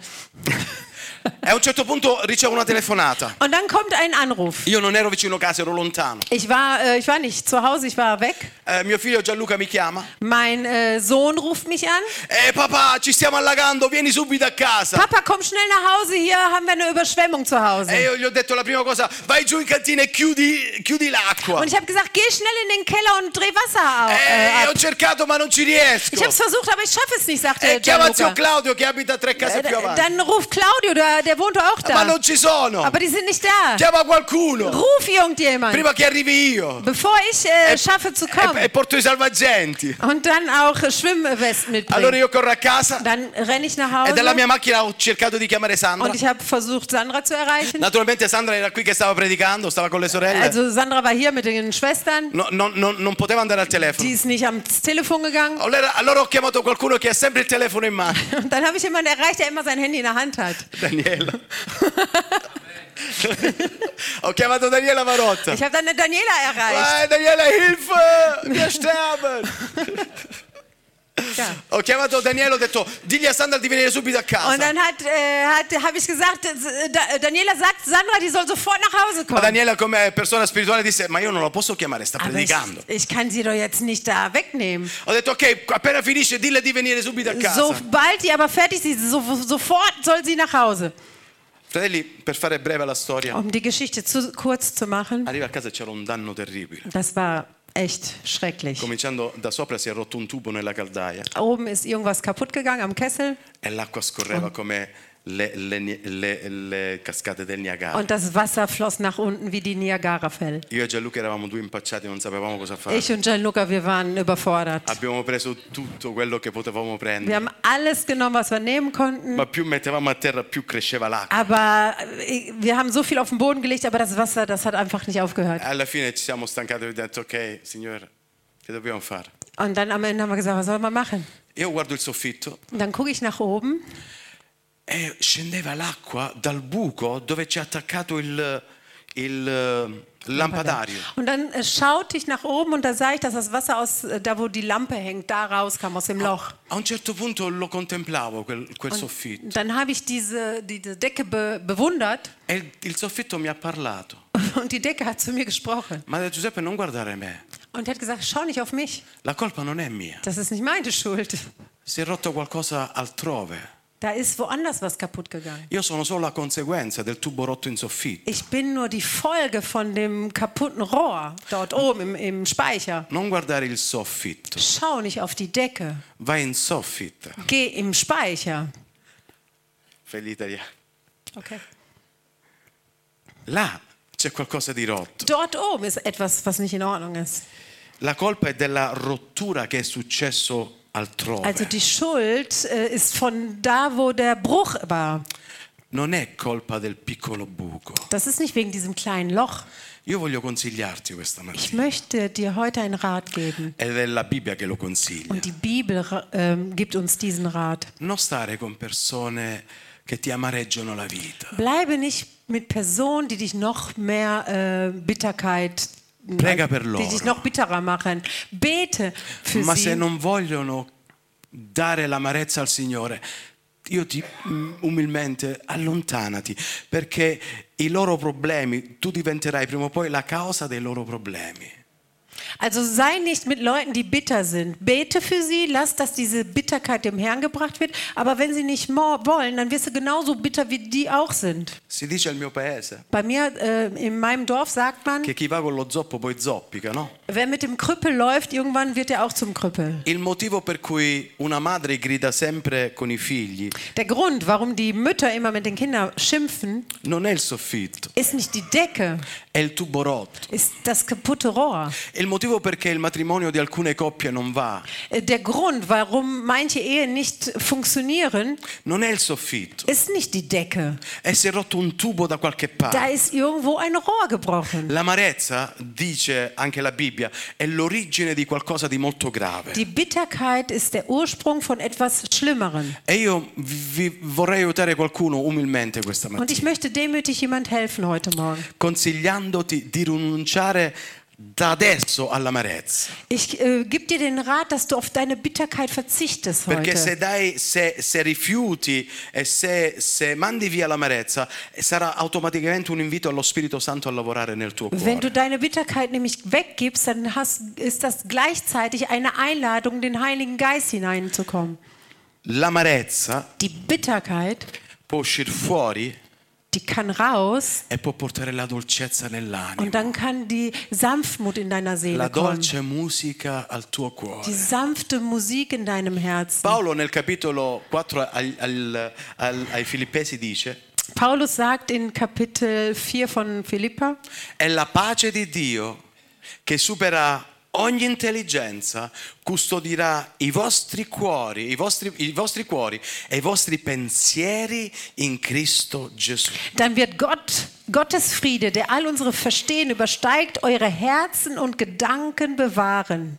Speaker 1: e a un certo punto ricevo una telefonata,
Speaker 2: Und dann kommt ein Anruf.
Speaker 1: io non ero vicino casa, ero lontano.
Speaker 2: Ich war, äh, ich war nicht zu Hause, ich war weg.
Speaker 1: Eh, mio figlio Gianluca mi chiama.
Speaker 2: Mein äh, Sohn ruft mich an.
Speaker 1: Eh papà, ci stiamo allagando, vieni subito a casa.
Speaker 2: Papa, komm schnell nach Hause, hier haben wir eine Überschwemmung zu
Speaker 1: E
Speaker 2: Hause.
Speaker 1: io gli ho detto la prima cosa, vai giù in cantina e chiudi, chiudi l'acqua.
Speaker 2: Und ich habe gesagt, geh schnell in den Keller und dreh Wasser au-
Speaker 1: E
Speaker 2: äh,
Speaker 1: ho
Speaker 2: ab.
Speaker 1: cercato ma non ci
Speaker 2: Ich
Speaker 1: riesco.
Speaker 2: habe es versucht, aber ich schaffe es nicht, sagte
Speaker 1: E
Speaker 2: äh,
Speaker 1: chiama zio
Speaker 2: Gianluca.
Speaker 1: Claudio che abita tre case
Speaker 2: Äh,
Speaker 1: più avanti.
Speaker 2: Dann ruft Claudio, der, der wohnt auch
Speaker 1: Ma
Speaker 2: da.
Speaker 1: non ci sono.
Speaker 2: Aber die sind nicht da.
Speaker 1: Chiama qualcuno.
Speaker 2: Ruf irgendjemand,
Speaker 1: Prima che arrivi io.
Speaker 2: bevor ich äh, schaffe zu kommen.
Speaker 1: E, e porto i salvagenti.
Speaker 2: und dann auch äh, Schwimmwesten mitbringen.
Speaker 1: Allora io corro a casa
Speaker 2: dann renne ich nach
Speaker 1: e dalla
Speaker 2: Hause
Speaker 1: mia macchina ho cercato di chiamare Sandra.
Speaker 2: und ich habe versucht, Sandra zu erreichen.
Speaker 1: Naturalmente Sandra era qui che stava predicando, stava con le sorelle.
Speaker 2: Also Sandra war hier mit den Schwestern,
Speaker 1: No- no- no- non poteva andare al telefono.
Speaker 2: die ist nicht ans Telefon gegangen.
Speaker 1: Allora, allora ho chiamato qualcuno che ha sempre il telefono in mano.
Speaker 2: Und dann habe ich jemanden erreicht, der immer sein Handy in der Hand hat.
Speaker 1: Daniela. ho chiamato Daniela Marotta.
Speaker 2: Ich habe dann eine Daniela erreicht.
Speaker 1: Eh, Daniela, Hilfe! Wir sterben!
Speaker 2: Ja.
Speaker 1: Ho chiamato Daniela, ho detto, digli a Sandra di venire subito a casa.
Speaker 2: Und dann hat, äh, hat, habe ich gesagt, äh, Da- Daniela sagt, Sandra, die soll sofort nach Hause
Speaker 1: Ma
Speaker 2: kommen.
Speaker 1: Daniela come persona spirituale disse, ma io non lo posso chiamare, sta
Speaker 2: Aber ich,
Speaker 1: predicando.
Speaker 2: ich kann sie doch jetzt nicht da wegnehmen.
Speaker 1: Ho detto, ok, appena finisce, dille di venire subito a casa.
Speaker 2: Sobald die aber fertig ist, so, sofort soll sie nach Hause.
Speaker 1: Fratelli, per fare breve la storia,
Speaker 2: Um die Geschichte zu kurz zu machen,
Speaker 1: arriva a casa e c'era un danno terribile.
Speaker 2: das war echt schrecklich.
Speaker 1: Cominciando da sopra si è rotto un tubo nella caldaia.
Speaker 2: Oben ist irgendwas kaputt gegangen am Kessel
Speaker 1: E l'acqua scorreva come le, le ni- le- le cascate del Niagara.
Speaker 2: und das Wasser floss nach unten wie die Niagarafälle.
Speaker 1: Io e Gianluca eravamo due impacciati, non sapevamo cosa fare.
Speaker 2: Ich und Gianluca, wir waren überfordert.
Speaker 1: Abbiamo preso tutto quello che potevamo
Speaker 2: Wir
Speaker 1: prendere,
Speaker 2: haben alles genommen, was wir nehmen konnten,
Speaker 1: ma più mettevamo a terra, più cresceva l'acqua.
Speaker 2: aber äh, wir haben so viel auf den Boden gelegt, aber das Wasser, das hat einfach nicht aufgehört.
Speaker 1: Alla fine ci siamo stancati e abbiamo detto, ok, signore, che dobbiamo fare?
Speaker 2: Und dann am Ende haben wir gesagt, was soll man machen?
Speaker 1: Io guardo il soffitto
Speaker 2: Und dann gucke ich nach oben
Speaker 1: e scendeva l'acqua dal buco dove c'è attaccato il, il, eh, lampadario.
Speaker 2: und dann äh, schaute ich nach oben und da sah ich, dass das Wasser aus äh, da, wo die Lampe hängt, da rauskam aus dem Loch.
Speaker 1: A un certo punto lo contemplavo, quel, quel soffitto,
Speaker 2: Dann habe ich diese, diese Decke be bewundert
Speaker 1: e il, il soffitto mi ha parlato.
Speaker 2: und die Decke hat zu mir gesprochen.
Speaker 1: Ma Giuseppe, non guardare me,
Speaker 2: Und er hat gesagt, schau nicht auf mich,
Speaker 1: La colpa non è mia,
Speaker 2: das ist nicht meine Schuld.
Speaker 1: si è rotto qualcosa altrove.
Speaker 2: Da ist woanders was kaputt gegangen.
Speaker 1: Io sono solo la conseguenza del tubo rotto in soffitto.
Speaker 2: Ich bin nur die Folge von dem kaputten Rohr dort oben im, im Speicher.
Speaker 1: Non guardare il soffitto,
Speaker 2: Schau nicht auf die Decke,
Speaker 1: vai in soffitto.
Speaker 2: geh im Speicher.
Speaker 1: Per gli italiani.
Speaker 2: Okay.
Speaker 1: Là c'è qualcosa di rotto.
Speaker 2: Dort oben ist etwas, was nicht in Ordnung ist.
Speaker 1: La colpa è della rottura che è successo altrove.
Speaker 2: Also die Schuld äh, ist von da, wo der Bruch war.
Speaker 1: Non è colpa del piccolo buco.
Speaker 2: Das ist nicht wegen diesem kleinen Loch.
Speaker 1: Io voglio consigliarti questa
Speaker 2: Ich
Speaker 1: mattina.
Speaker 2: möchte dir heute einen Rat geben.
Speaker 1: Ed è la Bibbia che lo consiglia.
Speaker 2: Und die Bibel ra- ähm, gibt uns diesen Rat.
Speaker 1: Non stare con persone che ti amareggiano la vita.
Speaker 2: Bleibe nicht mit Personen, die dich noch mehr äh, Bitterkeit,
Speaker 1: Prega per
Speaker 2: die dich
Speaker 1: loro.
Speaker 2: noch bitterer machen. Bete für
Speaker 1: Ma se
Speaker 2: sie.
Speaker 1: non vogliono dare l'amarezza al Signore, io ti mm, umilmente allontanati perché i loro problemi, tu diventerai prima o poi la causa dei loro problemi.
Speaker 2: Also sei nicht mit Leuten, die bitter sind. Bete für sie, lass, dass diese Bitterkeit dem Herrn gebracht wird. Aber wenn sie nicht mo- wollen, dann wirst du genauso bitter, wie die auch sind.
Speaker 1: Si dice al mio paese
Speaker 2: Bei mir, äh, in meinem Dorf sagt man,
Speaker 1: che chi va con lo zoppo poi zoppica, no?
Speaker 2: wer mit dem Krüppel läuft, irgendwann wird er auch zum Krüppel.
Speaker 1: Il motivo per cui una madre grida sempre con i figli
Speaker 2: Der Grund, warum die Mütter immer mit den Kindern schimpfen,
Speaker 1: non è il soffitto,
Speaker 2: ist nicht die Decke,
Speaker 1: è il tubo rotto.
Speaker 2: ist das kaputte Rohr.
Speaker 1: È il motivo perché il matrimonio di alcune coppie non va,
Speaker 2: Äh, Der Grund, warum manche Ehen nicht funktionieren,
Speaker 1: non è il soffitto,
Speaker 2: ist nicht die Decke.
Speaker 1: è se è rotto un tubo da qualche
Speaker 2: Da
Speaker 1: parte.
Speaker 2: ist irgendwo ein Rohr gebrochen.
Speaker 1: L'amarezza, dice anche la Bibbia, è l'origine di qualcosa di molto grave.
Speaker 2: Die Bitterkeit ist der Ursprung von etwas Schlimmerem.
Speaker 1: E io vi vorrei aiutare qualcuno umilmente questa
Speaker 2: Und ich
Speaker 1: mattina,
Speaker 2: möchte demütig jemand helfen heute Morgen.
Speaker 1: consigliandoti di rinunciare da adesso all'amarezza.
Speaker 2: Ich äh, gebe dir den Rat, dass du auf deine Bitterkeit verzichtest
Speaker 1: Perché se,
Speaker 2: heute.
Speaker 1: dai, se, se rifiuti e se, se mandi via l'amarezza, sarà automaticamente un invito allo Spirito Santo a lavorare nel tuo
Speaker 2: Wenn
Speaker 1: cuore.
Speaker 2: du deine Bitterkeit nämlich weggibst, dann hast, ist das gleichzeitig eine Einladung, den Heiligen Geist hineinzukommen.
Speaker 1: L'amarezza
Speaker 2: Die Bitterkeit,
Speaker 1: può uscire fuori
Speaker 2: die kann raus
Speaker 1: e può portare la dolcezza nell'anima,
Speaker 2: und dann kann die Sanftmut in deiner
Speaker 1: la
Speaker 2: Seele kommen.
Speaker 1: dolce musica al tuo
Speaker 2: Die
Speaker 1: cuore.
Speaker 2: sanfte Musik in deinem Herzen.
Speaker 1: Paolo nel capitolo 4 al- al- al- ai Filippesi dice,
Speaker 2: Paulus sagt in Kapitel 4 von Philippa,
Speaker 1: è la pace di Dio che supera ogni intelligenza, custodirà i vostri cuori, i vostri, i vostri cuori e i vostri pensieri in Cristo Gesù.
Speaker 2: dann wird Gott, Gottes Friede, der all unsere Verstehen übersteigt, eure Herzen und Gedanken bewahren.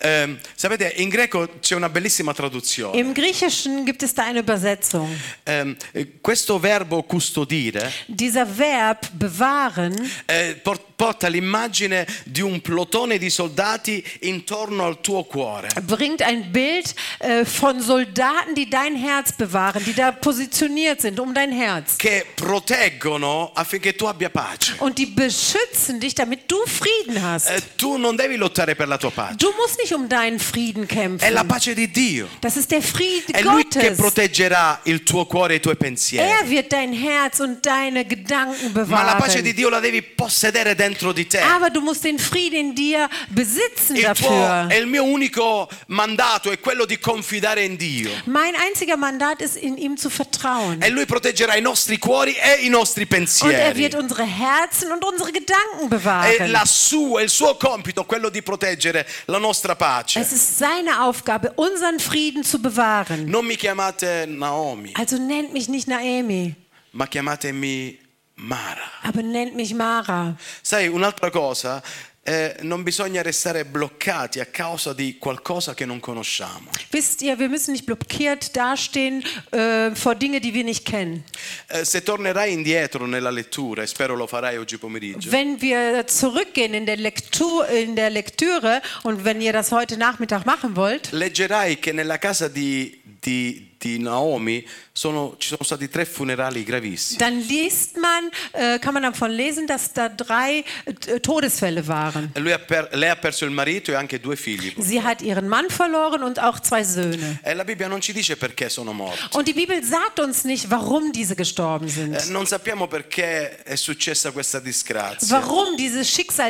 Speaker 1: Ehm, sapete, in greco c'è una bellissima traduzione.
Speaker 2: Im Griechischen gibt es da eine Übersetzung.
Speaker 1: Ehm, eh, questo verbo custodire
Speaker 2: Dieser Verb bewahren
Speaker 1: eh, por- porta l'immagine di un plotone di soldati intorno al tuo cuore.
Speaker 2: bringt ein Bild äh, von Soldaten, die dein Herz bewahren, die da positioniert sind um dein Herz.
Speaker 1: che proteggono affinché tu abbia pace.
Speaker 2: Und die beschützen dich, damit du Frieden hast.
Speaker 1: Eh, tu non devi lottare per la tua pace.
Speaker 2: Du musst nicht um deinen Frieden
Speaker 1: È la
Speaker 2: kämpfen.
Speaker 1: pace di Dio.
Speaker 2: Das ist der Friede
Speaker 1: È Lui che
Speaker 2: Gottes.
Speaker 1: proteggerà il tuo cuore e i tuoi pensieri.
Speaker 2: Er wird dein Herz und deine Gedanken
Speaker 1: Ma la pace di
Speaker 2: bewahren.
Speaker 1: Dio la devi possedere dentro di te.
Speaker 2: Aber du musst den Frieden in dir besitzen
Speaker 1: Il tuo,
Speaker 2: dafür.
Speaker 1: e il mio unico mandato è quello di confidare in Dio.
Speaker 2: Mein einziger Mandat ist, in ihm zu vertrauen.
Speaker 1: E Lui proteggerà i nostri cuori e i nostri
Speaker 2: Und er wird
Speaker 1: pensieri.
Speaker 2: unsere Herzen und unsere Gedanken
Speaker 1: E
Speaker 2: bewahren.
Speaker 1: la sua, il suo compito è quello di proteggere la nostra pace.
Speaker 2: Es ist seine Aufgabe, unseren Frieden zu bewahren.
Speaker 1: Non mi chiamate Naomi,
Speaker 2: Also nennt mich nicht Naemi,
Speaker 1: ma chiamatemi Mara.
Speaker 2: aber nennt mich Mara.
Speaker 1: Sai, un'altra cosa, eh, non bisogna restare bloccati a causa di qualcosa che non conosciamo.
Speaker 2: Wisst ihr, wir müssen nicht blockiert dastehen äh, vor Dinge, die wir nicht kennen.
Speaker 1: Eh, se tornerai indietro nella lettura, e spero lo farai oggi pomeriggio,
Speaker 2: Wenn wir zurückgehen in der, Lektur, in der Lektüre und wenn ihr das heute Nachmittag machen wollt,
Speaker 1: leggerai che nella casa di, di- di Naomi sono- ci sono stati tre funerali gravissimi.
Speaker 2: Dann liest man, äh, kann man davon lesen, dass da drei äh, Todesfälle waren.
Speaker 1: E lui ha per- lei ha perso il marito e anche due figli.
Speaker 2: Sie hat ihren Mann verloren und auch zwei Söhne.
Speaker 1: E la Bibbia non ci dice perché sono morti.
Speaker 2: Und die Bibel sagt uns nicht, warum diese gestorben
Speaker 1: Eh,
Speaker 2: sind.
Speaker 1: Non sappiamo perché è successa questa disgrazia.
Speaker 2: Warum diese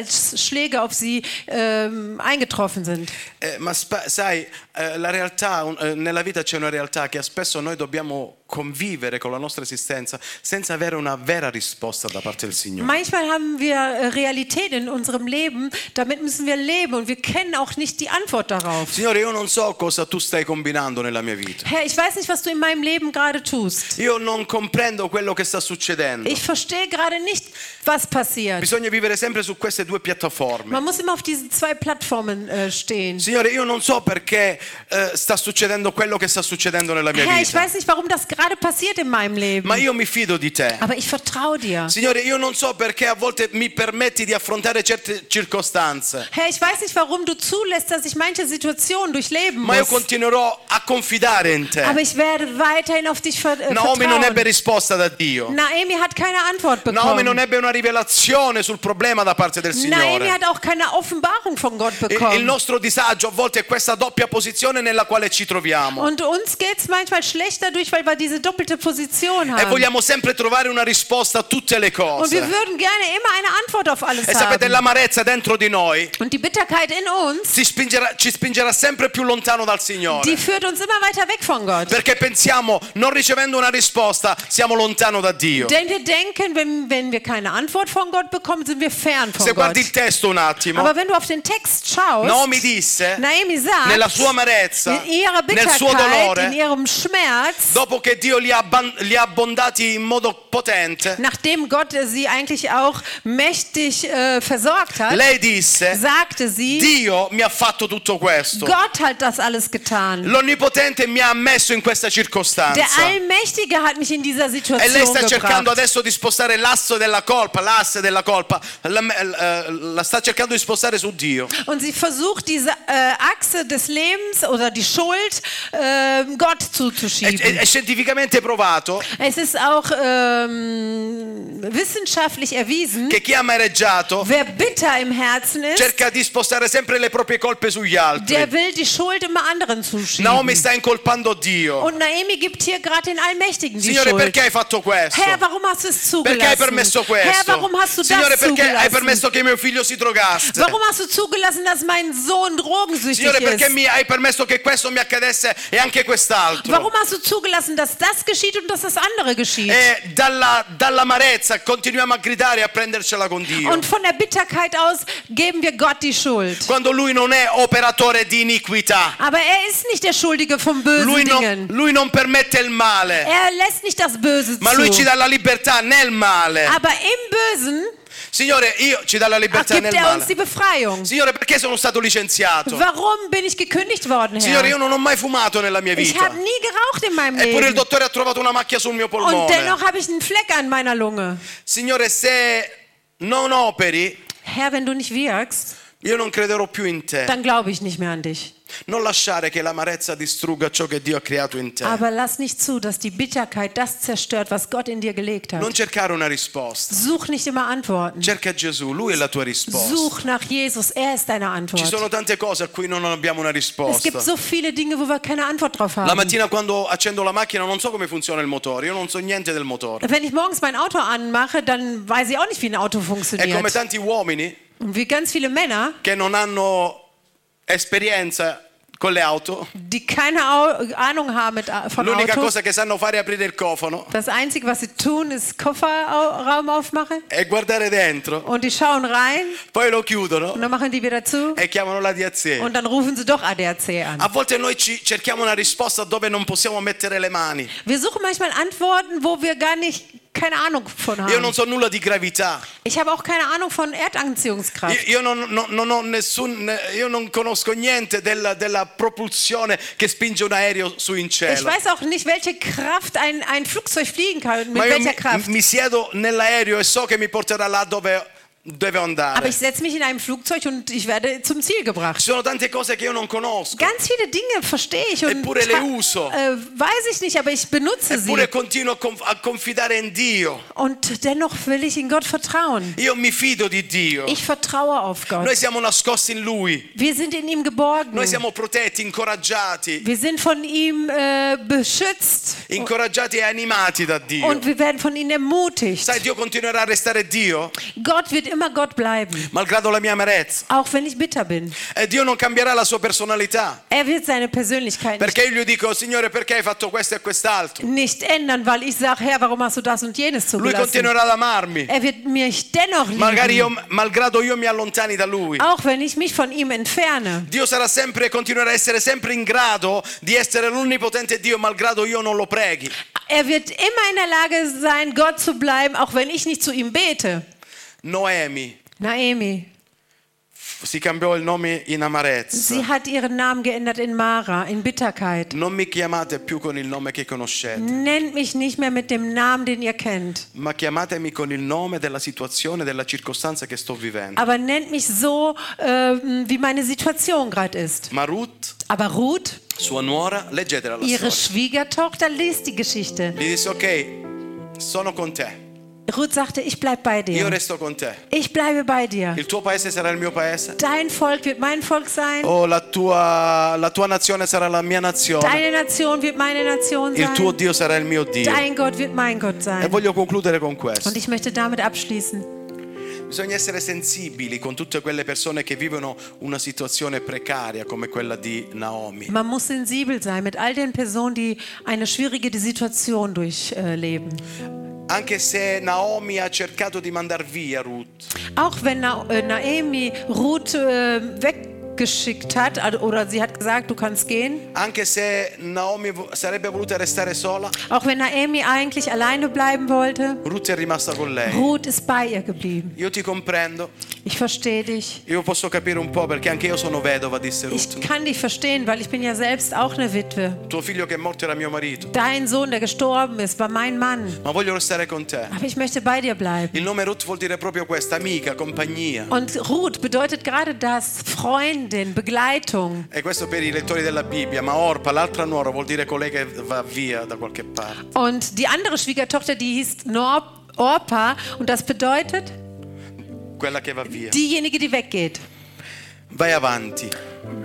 Speaker 2: Schicksalsschläge auf sie ähm, eingetroffen sind.
Speaker 1: Eh, ma spa- sai, eh, la realtà, un- eh, nella vita c'è una realtà che spesso noi dobbiamo convivere con la nostra esistenza senza avere una vera risposta da parte del Signore.
Speaker 2: Manchmal haben wir äh, Realität in unserem Leben, damit müssen wir leben und wir kennen auch nicht die Antwort darauf.
Speaker 1: Signore, io non so cosa tu stai combinando nella mia vita.
Speaker 2: Herr, ich weiß nicht, was du in meinem Leben gerade tust.
Speaker 1: Io non comprendo quello che sta succedendo.
Speaker 2: Ich verstehe gerade nicht, was passiert.
Speaker 1: Bisogna vivere sempre su queste due piattaforme.
Speaker 2: Man muss immer auf diesen zwei Plattformen äh, stehen.
Speaker 1: Signore, io non so perché eh, sta succedendo quello che sta succedendo nella mia
Speaker 2: Herr, ich
Speaker 1: vita,
Speaker 2: weiß nicht, warum das gerade passiert in meinem Leben,
Speaker 1: ma io mi fido di te.
Speaker 2: aber ich vertraue dir.
Speaker 1: Signore, io non so perché a volte mi permetti di affrontare certe circostanze,
Speaker 2: Herr, ich weiß nicht, warum du zulässt, dass ich manche Situationen durchleben
Speaker 1: ma io
Speaker 2: muss,
Speaker 1: continuerò a confidare in
Speaker 2: aber
Speaker 1: te.
Speaker 2: ich werde weiterhin auf dich ver äh,
Speaker 1: Naomi non ebbe
Speaker 2: vertrauen.
Speaker 1: risposta da Dio.
Speaker 2: Naomi hat keine Antwort
Speaker 1: Naomi non
Speaker 2: bekommen.
Speaker 1: ebbe una rivelazione sul problema da parte del
Speaker 2: Naomi
Speaker 1: Signore.
Speaker 2: hat auch keine Offenbarung von Gott
Speaker 1: Il, il
Speaker 2: bekommen.
Speaker 1: nostro disagio a volte è questa doppia posizione nella quale ci troviamo.
Speaker 2: Und uns geht es manchmal schlecht dadurch, weil wir diese doppelte Position
Speaker 1: E
Speaker 2: haben.
Speaker 1: vogliamo sempre trovare una risposta a tutte le
Speaker 2: Und wir
Speaker 1: cose.
Speaker 2: würden gerne immer eine Antwort auf alles
Speaker 1: E sapete,
Speaker 2: haben.
Speaker 1: l'amarezza dentro di noi
Speaker 2: Und die Bitterkeit in uns,
Speaker 1: si spingerà- ci spingerà sempre più lontano dal Signore.
Speaker 2: die führt uns immer weiter weg von Gott.
Speaker 1: Perché pensiamo, non ricevendo una risposta, siamo lontano da Dio.
Speaker 2: Denn wir denken, wenn, wenn wir keine Antwort von Gott bekommen, sind wir fern von
Speaker 1: Se guardi
Speaker 2: Gott.
Speaker 1: il testo un attimo,
Speaker 2: Aber wenn du auf den Text schaust,
Speaker 1: Naomi disse,
Speaker 2: Naomi sagt,
Speaker 1: nella sua amarezza,
Speaker 2: in ihrer
Speaker 1: nel suo
Speaker 2: Bitterkeit, eh, in
Speaker 1: dolore,
Speaker 2: ihrem Schmerz,
Speaker 1: dopo che Dio li ha, abban- li ha abbondati in modo potente,
Speaker 2: nachdem Gott sie eigentlich auch mächtig äh, versorgt hat,
Speaker 1: lei disse,
Speaker 2: sagte sie,
Speaker 1: Dio mi ha fatto tutto questo.
Speaker 2: Gott hat das alles getan.
Speaker 1: L'Onnipotente mi ha messo in questa
Speaker 2: Der
Speaker 1: circostanza.
Speaker 2: Allmächtige hat mich in dieser
Speaker 1: E lei
Speaker 2: Situation
Speaker 1: sta cercando
Speaker 2: gebracht.
Speaker 1: adesso di spostare l'asso della colpa, l'asse della colpa, la, eh, la sta cercando di spostare su Dio.
Speaker 2: Und sie versucht, diese äh, Achse des Lebens oder die Schuld äh, Gott
Speaker 1: È, è-
Speaker 2: zuzuschieben.
Speaker 1: è scientificamente provato
Speaker 2: Es ist auch ähm, wissenschaftlich erwiesen,
Speaker 1: che chi ha amareggiato
Speaker 2: wer bitter im Herzen ist,
Speaker 1: cerca di spostare sempre le proprie colpe sugli altri.
Speaker 2: der will die Schuld immer anderen zuschieben.
Speaker 1: Naomi sta incolpando Dio.
Speaker 2: Und Naomi gibt hier gerade den Allmächtigen die
Speaker 1: Signore,
Speaker 2: Schuld.
Speaker 1: perché hai fatto questo?
Speaker 2: Herr, warum hast du es
Speaker 1: Perché hai
Speaker 2: zugelassen?
Speaker 1: permesso
Speaker 2: Herr,
Speaker 1: questo?
Speaker 2: warum hast du
Speaker 1: Signore,
Speaker 2: das
Speaker 1: perché hai
Speaker 2: zugelassen?
Speaker 1: permesso che mio figlio si drogasse?
Speaker 2: Warum hast du zugelassen, dass mein Sohn drogensüchtig
Speaker 1: Signore,
Speaker 2: ist?
Speaker 1: perché mi hai permesso che questo mi accadesse e anche quest'altro?
Speaker 2: Warum hast du zugelassen, dass das geschieht und dass das andere geschieht?
Speaker 1: E dalla- dall'amarezza continuiamo a gridare e a prendercela con Dio.
Speaker 2: Und von der Bitterkeit aus geben wir Gott die Schuld.
Speaker 1: quando lui non è operatore di iniquità.
Speaker 2: Aber er ist nicht der Schuldige von bösen
Speaker 1: Lui non,
Speaker 2: Dingen.
Speaker 1: lui non permette il male,
Speaker 2: Er lässt nicht das Böse
Speaker 1: ma lui ci
Speaker 2: zu.
Speaker 1: dà la libertà nel male.
Speaker 2: Aber im Bösen
Speaker 1: Signore, io ci dà la libertà
Speaker 2: gibt
Speaker 1: nel
Speaker 2: er uns die
Speaker 1: male.
Speaker 2: Befreiung.
Speaker 1: Signore, perché sono stato licenziato?
Speaker 2: Warum bin ich gekündigt worden,
Speaker 1: Signore, io
Speaker 2: Herr?
Speaker 1: non ho mai fumato nella mia
Speaker 2: Ich habe
Speaker 1: vita.
Speaker 2: nie geraucht in meinem
Speaker 1: Eppure il
Speaker 2: Leben.
Speaker 1: dottore ha trovato una macchia sul mio
Speaker 2: Und dennoch
Speaker 1: polmone.
Speaker 2: habe ich einen Fleck an meiner Lunge.
Speaker 1: Signore, se non operi,
Speaker 2: Herr, wenn du nicht wirkst,
Speaker 1: io non crederò più in te.
Speaker 2: dann glaube ich nicht mehr an dich.
Speaker 1: Non lasciare che l'amarezza distrugga ciò che Dio ha creato in te.
Speaker 2: Aber lass nicht zu, dass die Bitterkeit das zerstört, was Gott in dir gelegt hat.
Speaker 1: Non cercare una risposta.
Speaker 2: Such nicht immer Antworten.
Speaker 1: Cerca Gesù, lui è la tua risposta.
Speaker 2: Such nach Jesus, er ist deine
Speaker 1: Ci
Speaker 2: Antwort.
Speaker 1: sono tante cose a cui non abbiamo una
Speaker 2: Es
Speaker 1: risposta.
Speaker 2: gibt so viele Dinge, wo wir keine Antwort drauf
Speaker 1: La
Speaker 2: haben.
Speaker 1: mattina quando accendo la macchina non so come funziona il motore, io non so niente del motore.
Speaker 2: Wenn ich morgens mein Auto anmache, dann weiß ich auch nicht, wie ein Auto
Speaker 1: È come
Speaker 2: funktioniert.
Speaker 1: tanti uomini
Speaker 2: Und wie ganz viele Männer,
Speaker 1: che non hanno esperienza con le auto,
Speaker 2: die keine Au Ahnung haben mit, A- von
Speaker 1: l'unica
Speaker 2: Autos,
Speaker 1: cosa che sanno fare è aprire il cofano
Speaker 2: das Einzige, was sie tun, ist Kofferraum aufmachen
Speaker 1: e guardare dentro,
Speaker 2: und die schauen rein
Speaker 1: poi lo
Speaker 2: und
Speaker 1: chiudono
Speaker 2: dann machen die wieder zu
Speaker 1: e chiamano la DAZ.
Speaker 2: und dann rufen sie doch ADAC an.
Speaker 1: A volte noi ci cerchiamo una risposta dove non possiamo mettere le mani.
Speaker 2: Wir suchen manchmal Antworten, wo wir gar nicht keine Ahnung von
Speaker 1: Io non
Speaker 2: haben.
Speaker 1: so nulla di gravità,
Speaker 2: Ich habe auch keine Ahnung von Erdanziehungskraft.
Speaker 1: io, io non, non- non ho nessun, io non conosco niente della, della propulsione che spinge un aereo su in
Speaker 2: Ich
Speaker 1: cielo.
Speaker 2: weiß auch nicht, welche Kraft ein, ein Flugzeug fliegen kann, mit
Speaker 1: Ma io
Speaker 2: welcher
Speaker 1: mi,
Speaker 2: Kraft.
Speaker 1: mi siedo nell'aereo e so che mi porterà là dove dove
Speaker 2: Aber
Speaker 1: andare.
Speaker 2: ich setze mich in einem Flugzeug und ich werde zum Ziel gebracht.
Speaker 1: Ci sono tante cose che io non conosco,
Speaker 2: Ganz viele Dinge verstehe ich und
Speaker 1: Eppure le
Speaker 2: ta-
Speaker 1: uso.
Speaker 2: Äh, weiß ich nicht, aber ich benutze sie.
Speaker 1: eppure continuo a conf- a confidare in Dio.
Speaker 2: Und dennoch will ich in Gott vertrauen.
Speaker 1: Io mi fido di Dio.
Speaker 2: Ich vertraue auf Gott.
Speaker 1: Noi siamo nascosti in Lui,
Speaker 2: Wir sind in ihm geborgen.
Speaker 1: noi siamo protetti, incoraggiati,
Speaker 2: Wir sind von ihm äh, beschützt
Speaker 1: incoraggiati e animati da Dio.
Speaker 2: und wir werden von ihm ermutigt.
Speaker 1: Sai, Dio continuerà a restare Dio,
Speaker 2: Gott wird immer Gott bleiben,
Speaker 1: malgrado la mia amarezza.
Speaker 2: auch wenn ich bitter bin.
Speaker 1: E Dio non cambierà la sua personalità.
Speaker 2: Er wird seine Persönlichkeit nicht,
Speaker 1: Perché io gli dico, Signore, perché hai fatto questo e quest'altro?
Speaker 2: nicht ändern, weil ich sage, Herr, warum hast du das und jenes
Speaker 1: Lui
Speaker 2: zugelassen?
Speaker 1: continuerà ad amarmi.
Speaker 2: Er wird mich dennoch
Speaker 1: Magari
Speaker 2: lieben,
Speaker 1: io, malgrado io mi allontani da lui.
Speaker 2: auch wenn ich mich von ihm entferne.
Speaker 1: Dio sarà sempre e continuerà a essere sempre in grado di essere l'onnipotente Dio malgrado io non lo preghi.
Speaker 2: Er wird immer in der Lage sein, Gott zu bleiben, auch wenn ich nicht zu ihm bete.
Speaker 1: Noemi
Speaker 2: Naemi,
Speaker 1: si cambiò il nome in amarezza.
Speaker 2: sie hat ihren Namen geändert in Mara, in Bitterkeit.
Speaker 1: Non mi chiamate più con il nome che conoscete,
Speaker 2: Nennt mich nicht mehr mit dem Namen, den ihr kennt.
Speaker 1: ma chiamatemi con il nome della situazione, della circostanza che sto vivendo.
Speaker 2: aber nennt mich so, ähm, wie meine Situation gerade ist.
Speaker 1: Ma Ruth,
Speaker 2: Aber Ruth,
Speaker 1: sua nuora, leggetela la storia.
Speaker 2: ihre Schwiegertochter, liest die Geschichte.
Speaker 1: Gli disse ok, sono con te,
Speaker 2: Ruth sagte, ich bleib bei
Speaker 1: io
Speaker 2: dir.
Speaker 1: resto con te.
Speaker 2: Ich bleibe bei dir.
Speaker 1: Il tuo paese sarà il mio paese.
Speaker 2: Dein Volk wird mein Volk sein.
Speaker 1: Oh, la tua, la tua nazione sarà la mia nazione.
Speaker 2: Deine Nation wird meine Nation
Speaker 1: Il tuo
Speaker 2: sein.
Speaker 1: Dio sarà il mio Dio.
Speaker 2: Dein Gott wird mein Gott
Speaker 1: E
Speaker 2: sein.
Speaker 1: voglio concludere con
Speaker 2: Und
Speaker 1: questo.
Speaker 2: ich möchte damit abschließen.
Speaker 1: Bisogna essere sensibili con tutte quelle persone che vivono una situazione precaria come quella di Naomi.
Speaker 2: Man muss sensibel sein mit all den Personen, die eine schwierige Situation durchleben.
Speaker 1: Anche se Naomi ha cercato di mandar via Ruth,
Speaker 2: Auch wenn Na äh, Naomi Ruth äh, weggeschickt hat also- oder sie hat gesagt, du kannst gehen.
Speaker 1: anche se Naomi vo- sarebbe voluta restare sola,
Speaker 2: Auch wenn Naomi eigentlich alleine bleiben wollte,
Speaker 1: Ruth è rimasta con lei.
Speaker 2: Ruth ist bei ihr geblieben.
Speaker 1: Io ti comprendo,
Speaker 2: Ich verstehe dich.
Speaker 1: io posso capire un po' perché anche io sono vedova, disse
Speaker 2: Ich
Speaker 1: Ruth.
Speaker 2: kann dich verstehen, weil ich bin ja selbst auch eine Witwe.
Speaker 1: Tuo figlio che è morto era mio marito,
Speaker 2: Dein Sohn, der gestorben ist, war mein Mann.
Speaker 1: ma voglio restare con te.
Speaker 2: Aber ich möchte bei dir bleiben.
Speaker 1: Il nome Ruth vuol dire proprio questa, amica, compagnia.
Speaker 2: Und Ruth bedeutet gerade das, Freundin, Begleitung.
Speaker 1: E questo per i lettori della Bibbia, ma Orpa, l'altra nuora, vuol dire colei che va via da qualche parte.
Speaker 2: Und die andere Schwiegertochter, die hieß Nor Orpa. Und das bedeutet
Speaker 1: Quella che va via.
Speaker 2: diejenige, die weggeht.
Speaker 1: Vai avanti,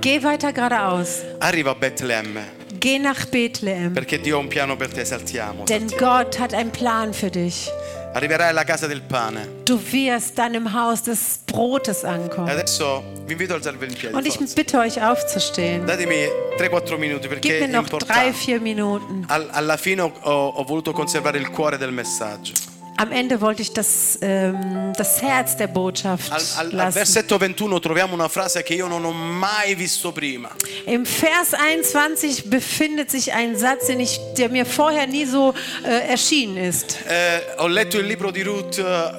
Speaker 2: Geh weiter geradeaus.
Speaker 1: arriva a Betlemme,
Speaker 2: Geh nach Bethlehem.
Speaker 1: perché Dio ha un piano per te, saltiamo.
Speaker 2: Denn
Speaker 1: saltiamo.
Speaker 2: Gott hat einen Plan für dich.
Speaker 1: Arriverai alla casa del pane.
Speaker 2: Du wirst dann im Haus des Brotes
Speaker 1: E
Speaker 2: ankommen.
Speaker 1: adesso vi invito a alzarvi in
Speaker 2: Und
Speaker 1: piedi.
Speaker 2: ich
Speaker 1: forza.
Speaker 2: bitte euch aufzustehen.
Speaker 1: Datemi 3-4 minuti
Speaker 2: Gib
Speaker 1: perché è
Speaker 2: mir noch drei,
Speaker 1: importante.
Speaker 2: vier Minuten.
Speaker 1: Al- alla fine ho, ho- ho voluto conservare il cuore del messaggio.
Speaker 2: Am Ende wollte ich das, ähm, das Herz der Botschaft
Speaker 1: Al- al- al
Speaker 2: lassen.
Speaker 1: versetto 21 troviamo una frase che io non ho mai visto prima.
Speaker 2: Im Vers 21 befindet sich ein Satz, den ich, der mir vorher nie so äh, erschienen ist.
Speaker 1: Eh, ho letto il libro di Ruth eh,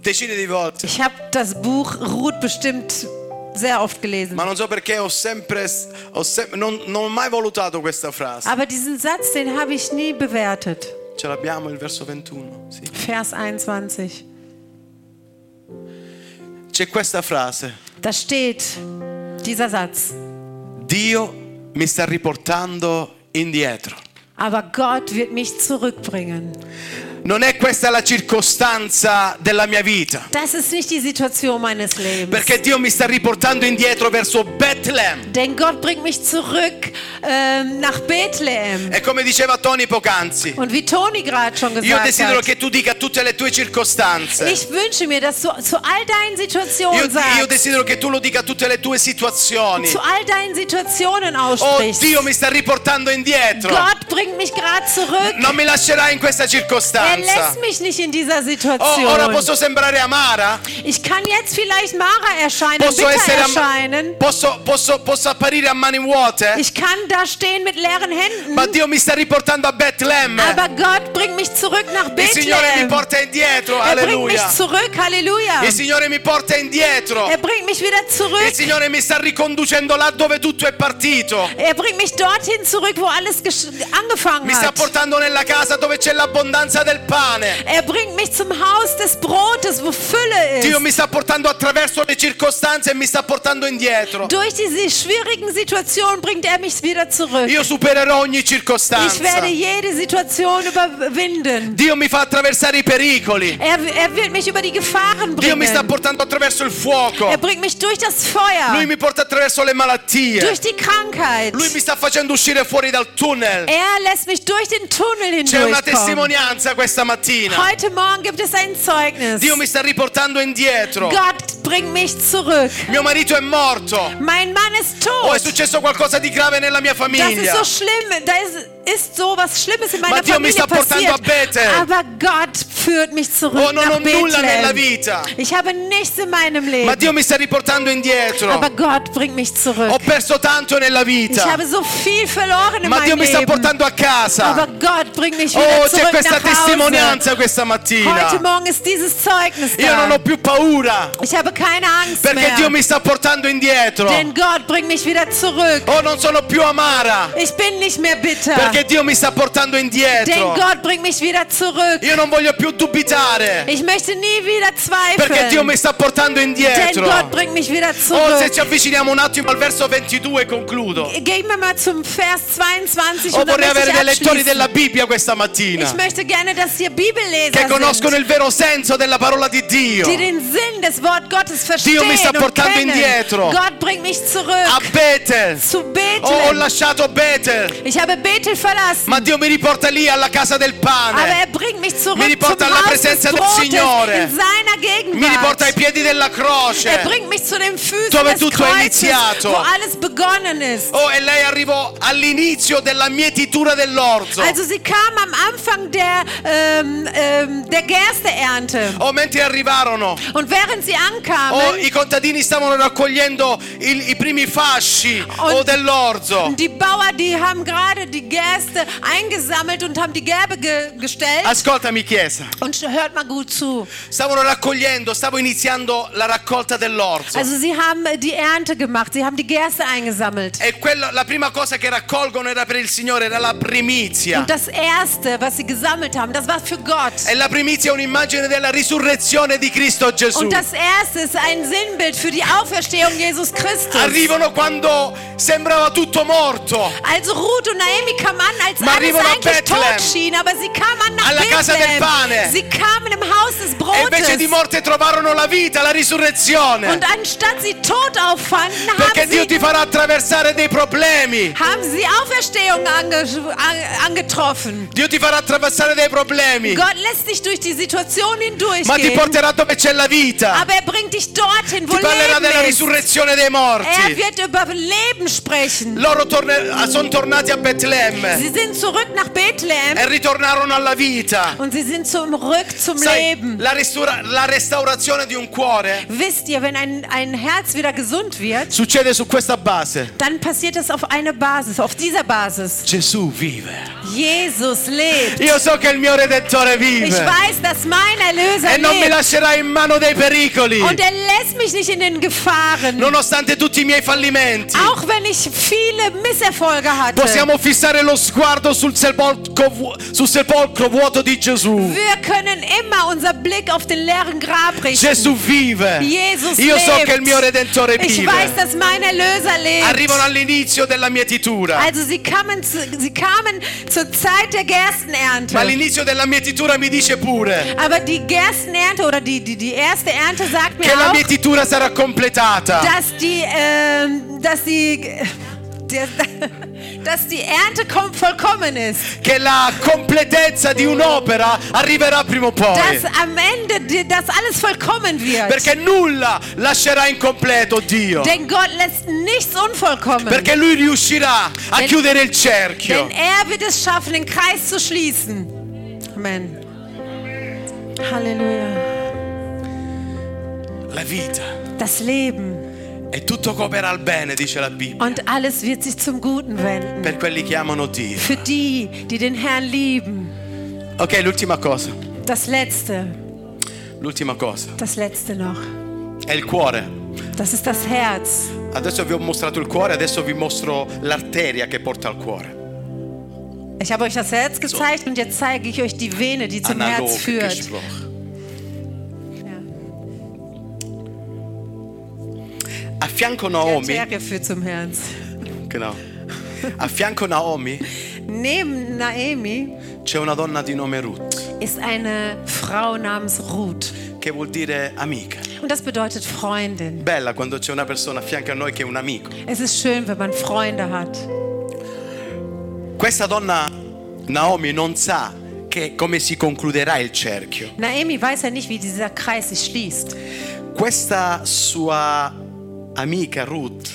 Speaker 1: decine di volte,
Speaker 2: Ich habe das Buch Ruth bestimmt sehr oft gelesen.
Speaker 1: ma non so perché ho sempre, ho sem- non, non ho mai valutato questa frase.
Speaker 2: Aber diesen Satz, den habe ich nie bewertet.
Speaker 1: Ce l'abbiamo il verso 21. Sì.
Speaker 2: Vers 21.
Speaker 1: C'è questa frase,
Speaker 2: Da steht dieser Satz.
Speaker 1: Dio mi sta riportando indietro.
Speaker 2: Aber Gott wird mich zurückbringen.
Speaker 1: Non è questa la circostanza della mia vita,
Speaker 2: Das ist nicht die Situation meines Lebens.
Speaker 1: perché Dio mi sta riportando indietro verso Bethlehem.
Speaker 2: Denn Gott bringt mich zurück ähm, nach Bethlehem.
Speaker 1: E come diceva Tony poc'anzi,
Speaker 2: Und wie Toni gerade schon
Speaker 1: io
Speaker 2: gesagt
Speaker 1: desidero
Speaker 2: hat,
Speaker 1: che tu dica a tutte le tue circostanze.
Speaker 2: ich wünsche mir, dass du zu all deinen
Speaker 1: Io,
Speaker 2: Situationen
Speaker 1: io
Speaker 2: sagst,
Speaker 1: desidero che tu lo dica a tutte le tue situazioni.
Speaker 2: zu all deinen Situationen
Speaker 1: Oh
Speaker 2: aussprichst.
Speaker 1: Dio mi sta riportando indietro.
Speaker 2: Gott bringt mich gerade zurück.
Speaker 1: Non mi lascerai in questa
Speaker 2: Er
Speaker 1: circostanza.
Speaker 2: lässt mich nicht in dieser
Speaker 1: Oh, ora posso
Speaker 2: Situation.
Speaker 1: sembrare amara?
Speaker 2: Ich kann jetzt vielleicht Mara erscheinen,
Speaker 1: Posso
Speaker 2: bitter
Speaker 1: essere am-
Speaker 2: erscheinen.
Speaker 1: Posso, posso, posso apparire a mani vuote?
Speaker 2: Ich kann da stehen mit leeren Händen.
Speaker 1: Ma Dio mi sta riportando a Bethlehem.
Speaker 2: Aber Gott bringt mich zurück nach
Speaker 1: Il Signore mi
Speaker 2: Bethlehem.
Speaker 1: porta indietro.
Speaker 2: Er bringt mich
Speaker 1: Alleluia.
Speaker 2: zurück, Halleluja.
Speaker 1: Il Signore mi porta indietro.
Speaker 2: Er bringt mich wieder
Speaker 1: Il
Speaker 2: zurück.
Speaker 1: Signore mi sta riconducendo là dove tutto è partito.
Speaker 2: Er bringt mich dorthin zurück, wo alles gesch- angefangen
Speaker 1: Mi sta
Speaker 2: hat.
Speaker 1: portando nella casa dove c'è l'abbondanza del pane.
Speaker 2: Er bringt mich zum Haus des Brotes, wo Fülle ist.
Speaker 1: Dio mi sta portando attraverso le circostanze e mi sta portando indietro.
Speaker 2: Durch diese schwierigen Situationen bringt er mich wieder zurück.
Speaker 1: Io supererò ogni
Speaker 2: Ich
Speaker 1: circostanza.
Speaker 2: werde jede Situation überwinden.
Speaker 1: Dio mi fa attraversare i pericoli.
Speaker 2: Er, er wird mich über die Gefahren
Speaker 1: Dio mi sta
Speaker 2: bringen.
Speaker 1: portando attraverso il
Speaker 2: Er
Speaker 1: fuoco.
Speaker 2: bringt mich durch das
Speaker 1: Lui
Speaker 2: Feuer,
Speaker 1: mi porta attraverso le malattie.
Speaker 2: durch die Krankheit.
Speaker 1: Lui mi sta facendo uscire fuori dal tunnel.
Speaker 2: Er lässt mich durch den Tunnel
Speaker 1: C'è una
Speaker 2: hindurchkommen.
Speaker 1: testimonianza questa mattina.
Speaker 2: Heute Morgen gibt es ein Zeugnis.
Speaker 1: Dio mi sta riportando indietro.
Speaker 2: Gott bringt mich zurück.
Speaker 1: Mio marito è morto.
Speaker 2: Mein Mann ist
Speaker 1: O è
Speaker 2: tot.
Speaker 1: successo qualcosa di grave nella mia
Speaker 2: Das ist
Speaker 1: famiglia.
Speaker 2: so schlimm. Da ist, ist so was Schlimmes in meiner
Speaker 1: Dio mi
Speaker 2: Familie
Speaker 1: sta portando
Speaker 2: passiert.
Speaker 1: a Bethel.
Speaker 2: Aber Gott führt mich zurück
Speaker 1: Oh, non ho
Speaker 2: nach
Speaker 1: nulla nella
Speaker 2: Bethlehem.
Speaker 1: vita.
Speaker 2: Ich habe nichts in meinem
Speaker 1: Ma
Speaker 2: Leben.
Speaker 1: Dio mi sta riportando indietro.
Speaker 2: Aber Gott bringt mich
Speaker 1: Ho
Speaker 2: zurück.
Speaker 1: perso tanto nella
Speaker 2: Ich
Speaker 1: vita.
Speaker 2: habe so viel verloren in
Speaker 1: Ma Dio
Speaker 2: meinem
Speaker 1: mi sta
Speaker 2: Leben.
Speaker 1: portando a casa.
Speaker 2: Aber Gott bringt mich wieder
Speaker 1: Oh, c'è
Speaker 2: zurück
Speaker 1: questa
Speaker 2: nach Hause.
Speaker 1: testimonianza questa mattina.
Speaker 2: Heute Morgen ist dieses Zeugnis
Speaker 1: Io non ho
Speaker 2: da.
Speaker 1: più paura.
Speaker 2: Ich habe keine Angst
Speaker 1: Perché Dio
Speaker 2: mehr.
Speaker 1: mi sta portando indietro.
Speaker 2: Denn Gott bringt mich wieder zurück.
Speaker 1: Oh, non sono più amara.
Speaker 2: Ich bin nicht mehr bitter.
Speaker 1: Perché Dio mi sta portando
Speaker 2: Denn
Speaker 1: indietro.
Speaker 2: Gott bringt mich wieder zurück.
Speaker 1: Io non voglio più dubitare.
Speaker 2: Ich möchte nie wieder
Speaker 1: Perché Dio
Speaker 2: zweifeln.
Speaker 1: mi sta portando
Speaker 2: Denn Gott
Speaker 1: indietro.
Speaker 2: bringt mich wieder
Speaker 1: Oh, se
Speaker 2: zurück.
Speaker 1: ci avviciniamo un attimo al verso 22 concludo.
Speaker 2: Gehen wir mal zum Vers 22
Speaker 1: Oh,
Speaker 2: und dann
Speaker 1: vorrei
Speaker 2: möchte
Speaker 1: avere
Speaker 2: ich
Speaker 1: dei lettori
Speaker 2: abschließen.
Speaker 1: della Bibbia questa mattina
Speaker 2: Ich möchte gerne, dass ihr
Speaker 1: che
Speaker 2: Bibelleser
Speaker 1: conoscono
Speaker 2: sind,
Speaker 1: il vero senso della parola di Dio.
Speaker 2: die den Sinn des Wort Gottes verstehen
Speaker 1: Dio mi sta
Speaker 2: und
Speaker 1: portando
Speaker 2: kennen.
Speaker 1: indietro.
Speaker 2: Gott bringt mich
Speaker 1: A
Speaker 2: zurück
Speaker 1: Betel.
Speaker 2: zu
Speaker 1: Oh, ho
Speaker 2: Bethlehem.
Speaker 1: lasciato Betel,
Speaker 2: ich habe Bethel verlassen,
Speaker 1: ma Dio mi riporta lì alla casa del
Speaker 2: aber
Speaker 1: pane.
Speaker 2: er bringt mich zurück
Speaker 1: Mi riporta
Speaker 2: zum
Speaker 1: alla
Speaker 2: Haus des
Speaker 1: presenza del
Speaker 2: Brotes,
Speaker 1: Signore.
Speaker 2: in seiner
Speaker 1: Mi riporta ai
Speaker 2: Gegenwart.
Speaker 1: piedi della
Speaker 2: Er
Speaker 1: croce.
Speaker 2: bringt mich zu den Füßen
Speaker 1: Dove
Speaker 2: des
Speaker 1: tutto è
Speaker 2: Kreuzes,
Speaker 1: iniziato.
Speaker 2: wo alles begonnen ist.
Speaker 1: Oh, e lei arrivò all'inizio della mietitura dell'orzo.
Speaker 2: Also sie kam am Anfang der, ähm, ähm, der Gersteernte.
Speaker 1: Oh, mentre arrivarono,
Speaker 2: Und während sie ankamen,
Speaker 1: oh, i contadini stavano raccogliendo il- i primi fasci oh, dell'orzo.
Speaker 2: Und die Bauer, die haben gerade die Gerste eingesammelt und haben die Gerbe ge gestellt.
Speaker 1: Also Ascoltami, chiesa.
Speaker 2: und hört mal gut zu.
Speaker 1: Stavano raccogliendo, stavo iniziando la raccolta dell'orzo.
Speaker 2: Also sie haben die Ernte gemacht, sie haben die Gerste eingesammelt.
Speaker 1: E quello- la prima cosa che raccolgono era per il Signore, era la primizia.
Speaker 2: Und das Erste, was sie gesammelt haben, das war für Gott.
Speaker 1: E la primizia è un'immagine della risurrezione di Cristo Gesù.
Speaker 2: Und das Erste ist ein Sinnbild für die Auferstehung Jesus Christus.
Speaker 1: Arrivano quando sembrava tutto morto,
Speaker 2: Also Ruth und Naomi kamen an, als
Speaker 1: Ma
Speaker 2: alles
Speaker 1: arrivano a
Speaker 2: eigentlich
Speaker 1: Bethlehem.
Speaker 2: tot schien, aber sie kamen an nach
Speaker 1: Alla casa del pane.
Speaker 2: Bethlehem. Sie kamen im Haus des
Speaker 1: e invece
Speaker 2: Brotes.
Speaker 1: di morte trovarono la vita, la risurrezione.
Speaker 2: Und anstatt sie tot auffanden,
Speaker 1: Perché
Speaker 2: haben
Speaker 1: Dio
Speaker 2: sie
Speaker 1: ti farà attraversare dei problemi.
Speaker 2: haben sie Auferstehung ange an- angetroffen.
Speaker 1: Dio ti farà attraversare dei problemi,
Speaker 2: Gott lässt dich durch die Situation
Speaker 1: ma ti
Speaker 2: hindurchgehen,
Speaker 1: porterà dove c'è la vita.
Speaker 2: aber er bringt dich dorthin, wo
Speaker 1: Ti parlerà della
Speaker 2: Leben ist.
Speaker 1: risurrezione dei
Speaker 2: Er
Speaker 1: morti.
Speaker 2: wird über Leben sprechen.
Speaker 1: Loro sono tornati a Betlemme
Speaker 2: Sie sind zurück nach Bethlehem
Speaker 1: e ritornarono alla vita.
Speaker 2: und sie sind zurück zum
Speaker 1: Sai,
Speaker 2: Leben.
Speaker 1: la, ristura- la restaurazione di un cuore
Speaker 2: Wisst ihr, wenn ein, ein Herz wieder gesund wird,
Speaker 1: succede su questa base.
Speaker 2: dann passiert das auf einer Basis, auf dieser Basis.
Speaker 1: Gesù vive.
Speaker 2: Jesus lebt.
Speaker 1: Io so che il mio Redentore
Speaker 2: Ich
Speaker 1: vive.
Speaker 2: weiß, dass mein
Speaker 1: E
Speaker 2: Erlöser
Speaker 1: non mi
Speaker 2: lebt
Speaker 1: lascerà in mano dei pericoli.
Speaker 2: und er lässt mich nicht in den Gefahren.
Speaker 1: Nonostante tutti i miei fallimenti.
Speaker 2: Auch wenn ich viele Misserfolge hatte,
Speaker 1: Possiamo fissare lo sguardo sul sepolcro, vu- sul sepolcro vuoto di Gesù.
Speaker 2: wir können immer unser Blick auf den leeren Grab richten.
Speaker 1: Gesù vive.
Speaker 2: Jesus
Speaker 1: Io so
Speaker 2: lebt.
Speaker 1: che il mio Redentore
Speaker 2: ich weiß,
Speaker 1: vive.
Speaker 2: dass mein Erlöser lebt.
Speaker 1: Arrivano all'inizio della mietitura.
Speaker 2: also sie kamen, zu, sie kamen zur Zeit der Gerstenernte.
Speaker 1: Ma all'inizio della mietitura mi dice pure
Speaker 2: Aber die Gerstenernte oder die, die, die erste Ernte sagt mir
Speaker 1: che la
Speaker 2: auch,
Speaker 1: mietitura sarà completata.
Speaker 2: dass die, ähm, dass die, der, dass die Ernte kom- vollkommen ist.
Speaker 1: Che la completezza di un'opera arriverà prima o poi.
Speaker 2: Dass am Ende, die- dass alles vollkommen wird.
Speaker 1: Perché nulla lascerà incompleto Dio.
Speaker 2: Denn Gott lässt nichts unvollkommen.
Speaker 1: Perché lui riuscirà a
Speaker 2: Del-
Speaker 1: chiudere il
Speaker 2: Denn
Speaker 1: cerchio.
Speaker 2: er wird es schaffen, den Kreis zu schließen. Amen. Halleluja.
Speaker 1: La vita
Speaker 2: Das Leben
Speaker 1: e tutto cooperà al bene, dice la Bibbia,
Speaker 2: und alles wird sich zum Guten wenden.
Speaker 1: per quelli che amano Dio.
Speaker 2: Für die, die den Herrn lieben.
Speaker 1: Ok, l'ultima cosa.
Speaker 2: Das Letzte,
Speaker 1: L'ultima cosa.
Speaker 2: das Letzte noch.
Speaker 1: È il cuore.
Speaker 2: Das ist das Herz.
Speaker 1: Adesso vi ho mostrato il cuore, adesso vi mostro l'arteria che porta al cuore.
Speaker 2: Ich habe euch das Herz gezeigt und jetzt zeige ich euch die Vene, die zum
Speaker 1: analog
Speaker 2: Herz führt.
Speaker 1: gesprochen.
Speaker 2: Ja.
Speaker 1: A fianco
Speaker 2: Die
Speaker 1: Naomi,
Speaker 2: Arterie führt zum Herz.
Speaker 1: genau. A fianco Naomi
Speaker 2: Neben Naomi
Speaker 1: c'è una donna di nome Ruth,
Speaker 2: ist eine Frau namens Ruth.
Speaker 1: che vuol dire amica.
Speaker 2: Und das bedeutet Freundin.
Speaker 1: Bella quando c'è una persona a fianco a noi che è un amico.
Speaker 2: Es ist schön, wenn man Freunde hat.
Speaker 1: Questa donna Naomi non sa che come si concluderà il cerchio.
Speaker 2: Naomi weiß ja nicht, wie dieser Kreis sich schließt.
Speaker 1: Questa sua amica Ruth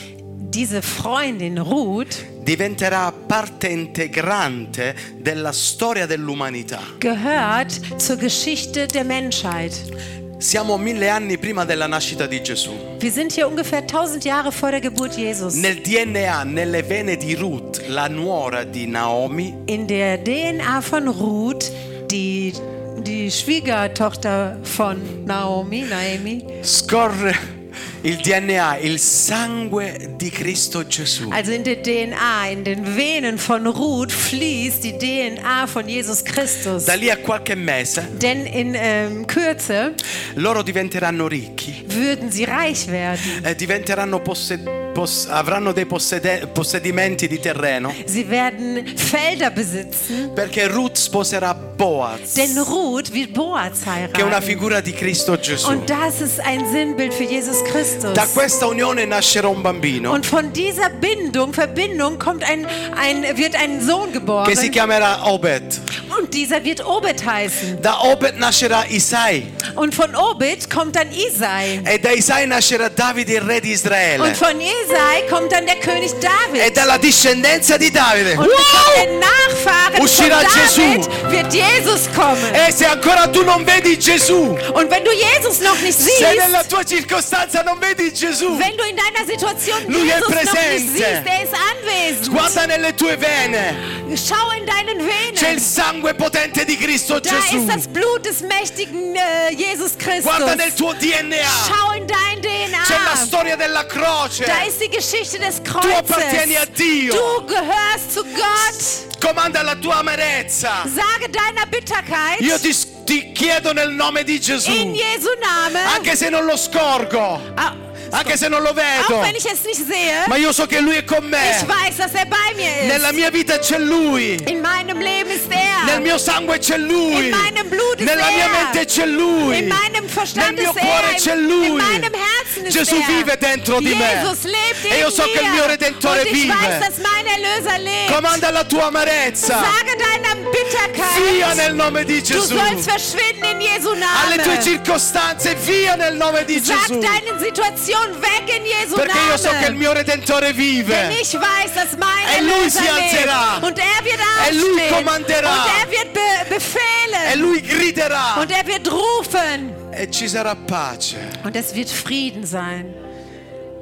Speaker 2: Diese Freundin Ruth
Speaker 1: diventerà parte integrante della storia dell'umanità.
Speaker 2: gehört zur Geschichte der Menschheit.
Speaker 1: Siamo mille anni prima della nascita di Gesù.
Speaker 2: Wir sind hier ungefähr 1000 Jahre vor der Geburt Jesus.
Speaker 1: Nel DNA, nelle vene di Ruth, la nuora di Naomi,
Speaker 2: In der DNA von Ruth, die, die Schwiegertochter von Naomi, Naomi,
Speaker 1: scorre il DNA, il sangue di Cristo Gesù.
Speaker 2: also in der DNA, in den Venen von Ruth fließt die DNA von Jesus Christus.
Speaker 1: Da lì a qualche mese
Speaker 2: Denn in ähm, Kürze
Speaker 1: loro diventeranno ricchi,
Speaker 2: würden sie reich werden.
Speaker 1: eh, diventeranno posse- pos- avranno dei possede- possedimenti di terreno,
Speaker 2: Sie werden Felder besitzen,
Speaker 1: perché Ruth sposerà Boaz,
Speaker 2: denn
Speaker 1: che
Speaker 2: Ruth wird Boaz
Speaker 1: è una
Speaker 2: heiraten.
Speaker 1: figura di Cristo Gesù.
Speaker 2: Und das ist ein Sinnbild für Jesus Christus.
Speaker 1: Da questa unione nascerà un bambino
Speaker 2: Und von dieser Bindung, Verbindung kommt ein, ein, wird ein Sohn
Speaker 1: che si
Speaker 2: geboren
Speaker 1: chiamerà Obed.
Speaker 2: und dieser wird Obed heißen.
Speaker 1: Da Obed nascerà Isai
Speaker 2: Und von Obed kommt dann Isai.
Speaker 1: e da Isai nascerà Davide il re di
Speaker 2: Und
Speaker 1: Israele
Speaker 2: von Isai kommt dann der König
Speaker 1: e
Speaker 2: David.
Speaker 1: dalla discendenza di Davide.
Speaker 2: Und von
Speaker 1: Wow!
Speaker 2: den Nachfahren von
Speaker 1: Uscirà
Speaker 2: David
Speaker 1: Gesù.
Speaker 2: wird Jesus kommen.
Speaker 1: E se ancora tu non vedi Gesù,
Speaker 2: Und wenn du Jesus noch nicht
Speaker 1: se
Speaker 2: siehst,
Speaker 1: nella tua circostanza non vedi Gesù,
Speaker 2: Wenn du in deiner Situation
Speaker 1: Lui è
Speaker 2: Jesus noch nicht
Speaker 1: presente.
Speaker 2: siehst, er ist anwesend.
Speaker 1: Guarda nelle tue vene,
Speaker 2: Schau in deinen
Speaker 1: c'è il
Speaker 2: Venen.
Speaker 1: sangue potente di Cristo
Speaker 2: Da ist das
Speaker 1: Gesù.
Speaker 2: Blut des mächtigen äh, Jesus Christus.
Speaker 1: Guarda nel tuo DNA,
Speaker 2: Schau in dein
Speaker 1: c'è la
Speaker 2: DNA.
Speaker 1: storia della
Speaker 2: Da
Speaker 1: croce.
Speaker 2: ist die Geschichte des
Speaker 1: Tu appartieni a
Speaker 2: Kreuzes.
Speaker 1: Dio,
Speaker 2: Du gehörst zu Gott.
Speaker 1: comanda la tua amarezza.
Speaker 2: Sage deiner Bitterkeit
Speaker 1: Io ti, ti chiedo nel nome di
Speaker 2: in
Speaker 1: Gesù,
Speaker 2: Jesu Namen.
Speaker 1: anche se non lo scorgo,
Speaker 2: Ah,
Speaker 1: anche se non lo
Speaker 2: Auch wenn
Speaker 1: vedo,
Speaker 2: ich es nicht sehe,
Speaker 1: ma io so che Lui è con
Speaker 2: ich
Speaker 1: me.
Speaker 2: weiß, dass er bei mir
Speaker 1: Nella
Speaker 2: ist.
Speaker 1: mia vita c'è Lui,
Speaker 2: In meinem Leben ist
Speaker 1: nel
Speaker 2: er.
Speaker 1: mio sangue c'è Lui,
Speaker 2: In meinem Blut ist
Speaker 1: nella mia
Speaker 2: er.
Speaker 1: mente c'è Lui.
Speaker 2: In meinem Verstand
Speaker 1: Nel mio
Speaker 2: ist
Speaker 1: cuore c'è
Speaker 2: er, in,
Speaker 1: Lui.
Speaker 2: in meinem Herzen ist
Speaker 1: Gesù
Speaker 2: er.
Speaker 1: vive dentro di me.
Speaker 2: Jesus lebt in
Speaker 1: E io so
Speaker 2: mir.
Speaker 1: che il mio Redentore
Speaker 2: Und ich
Speaker 1: vive.
Speaker 2: weiß, dass mein Erlöser lebt.
Speaker 1: Comanda la tua amarezza,
Speaker 2: Sage deiner
Speaker 1: via
Speaker 2: Bitterkeit,
Speaker 1: nel nome di
Speaker 2: du
Speaker 1: Gesù.
Speaker 2: sollst verschwinden in Jesu
Speaker 1: Alle tue
Speaker 2: Namen.
Speaker 1: circostanze, via nel nome di
Speaker 2: Sag
Speaker 1: Gesù.
Speaker 2: deinen Situationen weg in Jesu
Speaker 1: Perché io so che il
Speaker 2: Namen.
Speaker 1: mio Redentore
Speaker 2: Denn
Speaker 1: vive.
Speaker 2: ich weiß, dass mein
Speaker 1: E lui
Speaker 2: Erlöser
Speaker 1: si alzerà.
Speaker 2: lebt. Und er wird
Speaker 1: E lui
Speaker 2: aufstehen. Und
Speaker 1: comanderà.
Speaker 2: er wird be
Speaker 1: E
Speaker 2: befehlen.
Speaker 1: lui griderà
Speaker 2: Und er wird rufen.
Speaker 1: e ci sarà pace.
Speaker 2: Und es wird Frieden sein.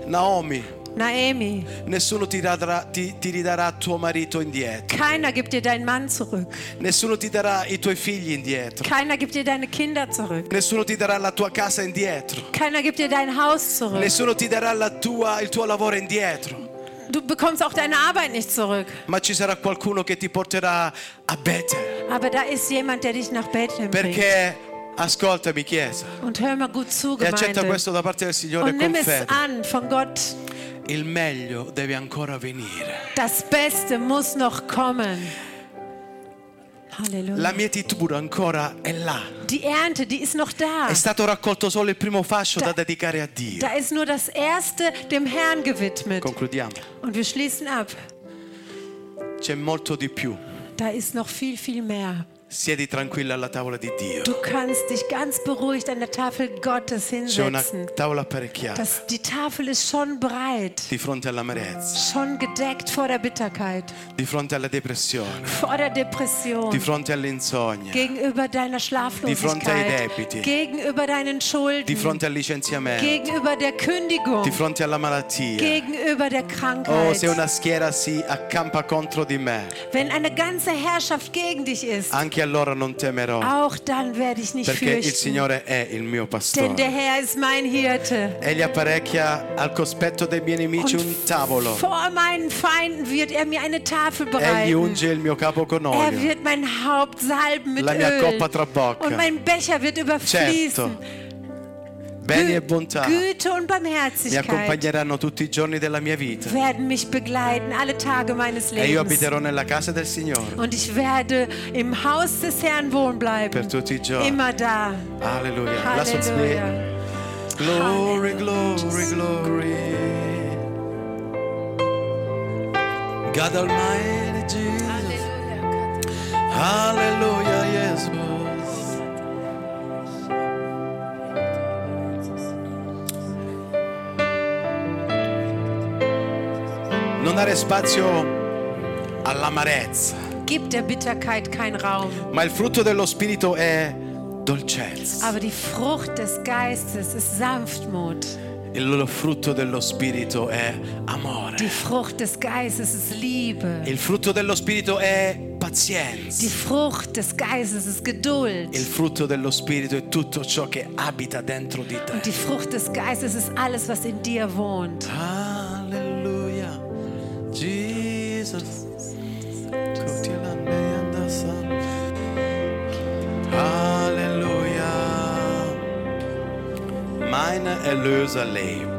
Speaker 1: Naomi,
Speaker 2: Naomi,
Speaker 1: nessuno ti, radrà- ti- ti ridarà tuo marito indietro.
Speaker 2: keiner gibt dir deinen Mann zurück.
Speaker 1: Nessuno ti darà i tuoi figli indietro.
Speaker 2: Keiner gibt dir deine Kinder zurück.
Speaker 1: Nessuno ti darà la tua casa indietro.
Speaker 2: Keiner gibt dir dein Haus zurück.
Speaker 1: Nessuno ti darà la tua- il tuo lavoro indietro.
Speaker 2: Du bekommst auch deine Arbeit nicht zurück.
Speaker 1: ma ci sarà qualcuno che ti porterà a Bethel.
Speaker 2: Aber da ist jemand, der dich nach Bethlehem bringt.
Speaker 1: Perché, ascoltami Chiesa,
Speaker 2: Und hör mal gut zu,
Speaker 1: e accetta
Speaker 2: Gemeinde.
Speaker 1: questo da parte del Signore
Speaker 2: Und
Speaker 1: con
Speaker 2: nimm es
Speaker 1: fede,
Speaker 2: an von Gott.
Speaker 1: il meglio deve ancora venire.
Speaker 2: Das Beste muss noch kommen. Halleluja.
Speaker 1: La mietitura ancora è là.
Speaker 2: Die Ernte, die ist noch da.
Speaker 1: È stato raccolto solo il primo fascio da dedicare a Dio.
Speaker 2: Da ist nur das Erste dem Herrn gewidmet.
Speaker 1: Concludiamo.
Speaker 2: Und wir schließen ab.
Speaker 1: C'è molto di più.
Speaker 2: Da ist noch viel, viel mehr.
Speaker 1: Siedi tranquilla alla tavola di Dio.
Speaker 2: Du kannst dich ganz beruhigt an der Tafel Gottes
Speaker 1: C'è una
Speaker 2: hinsetzen.
Speaker 1: tavola apparecchiata
Speaker 2: Das, die Tafel ist schon breit,
Speaker 1: di fronte all'amarezza,
Speaker 2: schon gedeckt vor der Bitterkeit,
Speaker 1: di fronte alla depressione,
Speaker 2: vor der
Speaker 1: di
Speaker 2: Depression,
Speaker 1: fronte all'insonnia,
Speaker 2: gegenüber deiner
Speaker 1: Di fronte ai
Speaker 2: Schlaflosigkeit,
Speaker 1: debiti.
Speaker 2: gegenüber deinen
Speaker 1: di
Speaker 2: Schulden,
Speaker 1: fronte al licenziamento,
Speaker 2: gegenüber der
Speaker 1: di
Speaker 2: Kündigung,
Speaker 1: fronte alla malattia.
Speaker 2: gegenüber der
Speaker 1: Oh,
Speaker 2: Krankheit.
Speaker 1: se una schiera si accampa contro di me,
Speaker 2: Wenn eine ganze Herrschaft gegen dich ist,
Speaker 1: anche anche allora non temerò,
Speaker 2: Auch dann werde ich nicht
Speaker 1: perché il
Speaker 2: fürchten,
Speaker 1: Signore è il mio
Speaker 2: denn der
Speaker 1: pastore.
Speaker 2: Herr ist mein Hirte.
Speaker 1: Egli apparecchia al cospetto dei miei nemici
Speaker 2: Und
Speaker 1: un tavolo.
Speaker 2: vor meinen Feinden wird er mir eine Tafel
Speaker 1: Egli
Speaker 2: bereiten.
Speaker 1: unge il mio capo con
Speaker 2: Er
Speaker 1: olio.
Speaker 2: wird mein Haupt salben mit
Speaker 1: La mia
Speaker 2: Öl.
Speaker 1: coppa trabocca.
Speaker 2: Und mein Becher wird überfließen.
Speaker 1: Certo. Beni
Speaker 2: Gü-
Speaker 1: e bontà mi
Speaker 2: Güte und Barmherzigkeit
Speaker 1: accompagneranno tutti i giorni della mia vita.
Speaker 2: werden mich begleiten alle Tage meines
Speaker 1: E io
Speaker 2: Lebens.
Speaker 1: abiterò nella casa del Signore
Speaker 2: Und ich werde im Haus des Herrn wohnen
Speaker 1: per
Speaker 2: bleiben.
Speaker 1: tutti i giorni.
Speaker 2: Immer da.
Speaker 1: Alleluia. La sozzia.
Speaker 2: Halleluja.
Speaker 1: Glory, glory, glory. God Almighty Jesus. Alleluia, Jesus. Non dare spazio all'amarezza,
Speaker 2: Gib der Bitterkeit keinen Raum.
Speaker 1: ma il frutto dello Spirito è dolcezza.
Speaker 2: Aber die Frucht des Geistes ist Sanftmut.
Speaker 1: Il loro frutto dello Spirito è
Speaker 2: Die
Speaker 1: amore.
Speaker 2: Frucht des Geistes ist Liebe.
Speaker 1: Il frutto dello Spirito è
Speaker 2: Die
Speaker 1: pazienza.
Speaker 2: Frucht des Geistes ist
Speaker 1: Il
Speaker 2: Geduld.
Speaker 1: frutto dello Spirito è tutto ciò che abita dentro di te.
Speaker 2: Die Frucht des Geistes ist alles, was in dir wohnt.
Speaker 1: Alleluia, Jesus. Alleluia. Meine Erlöserleben.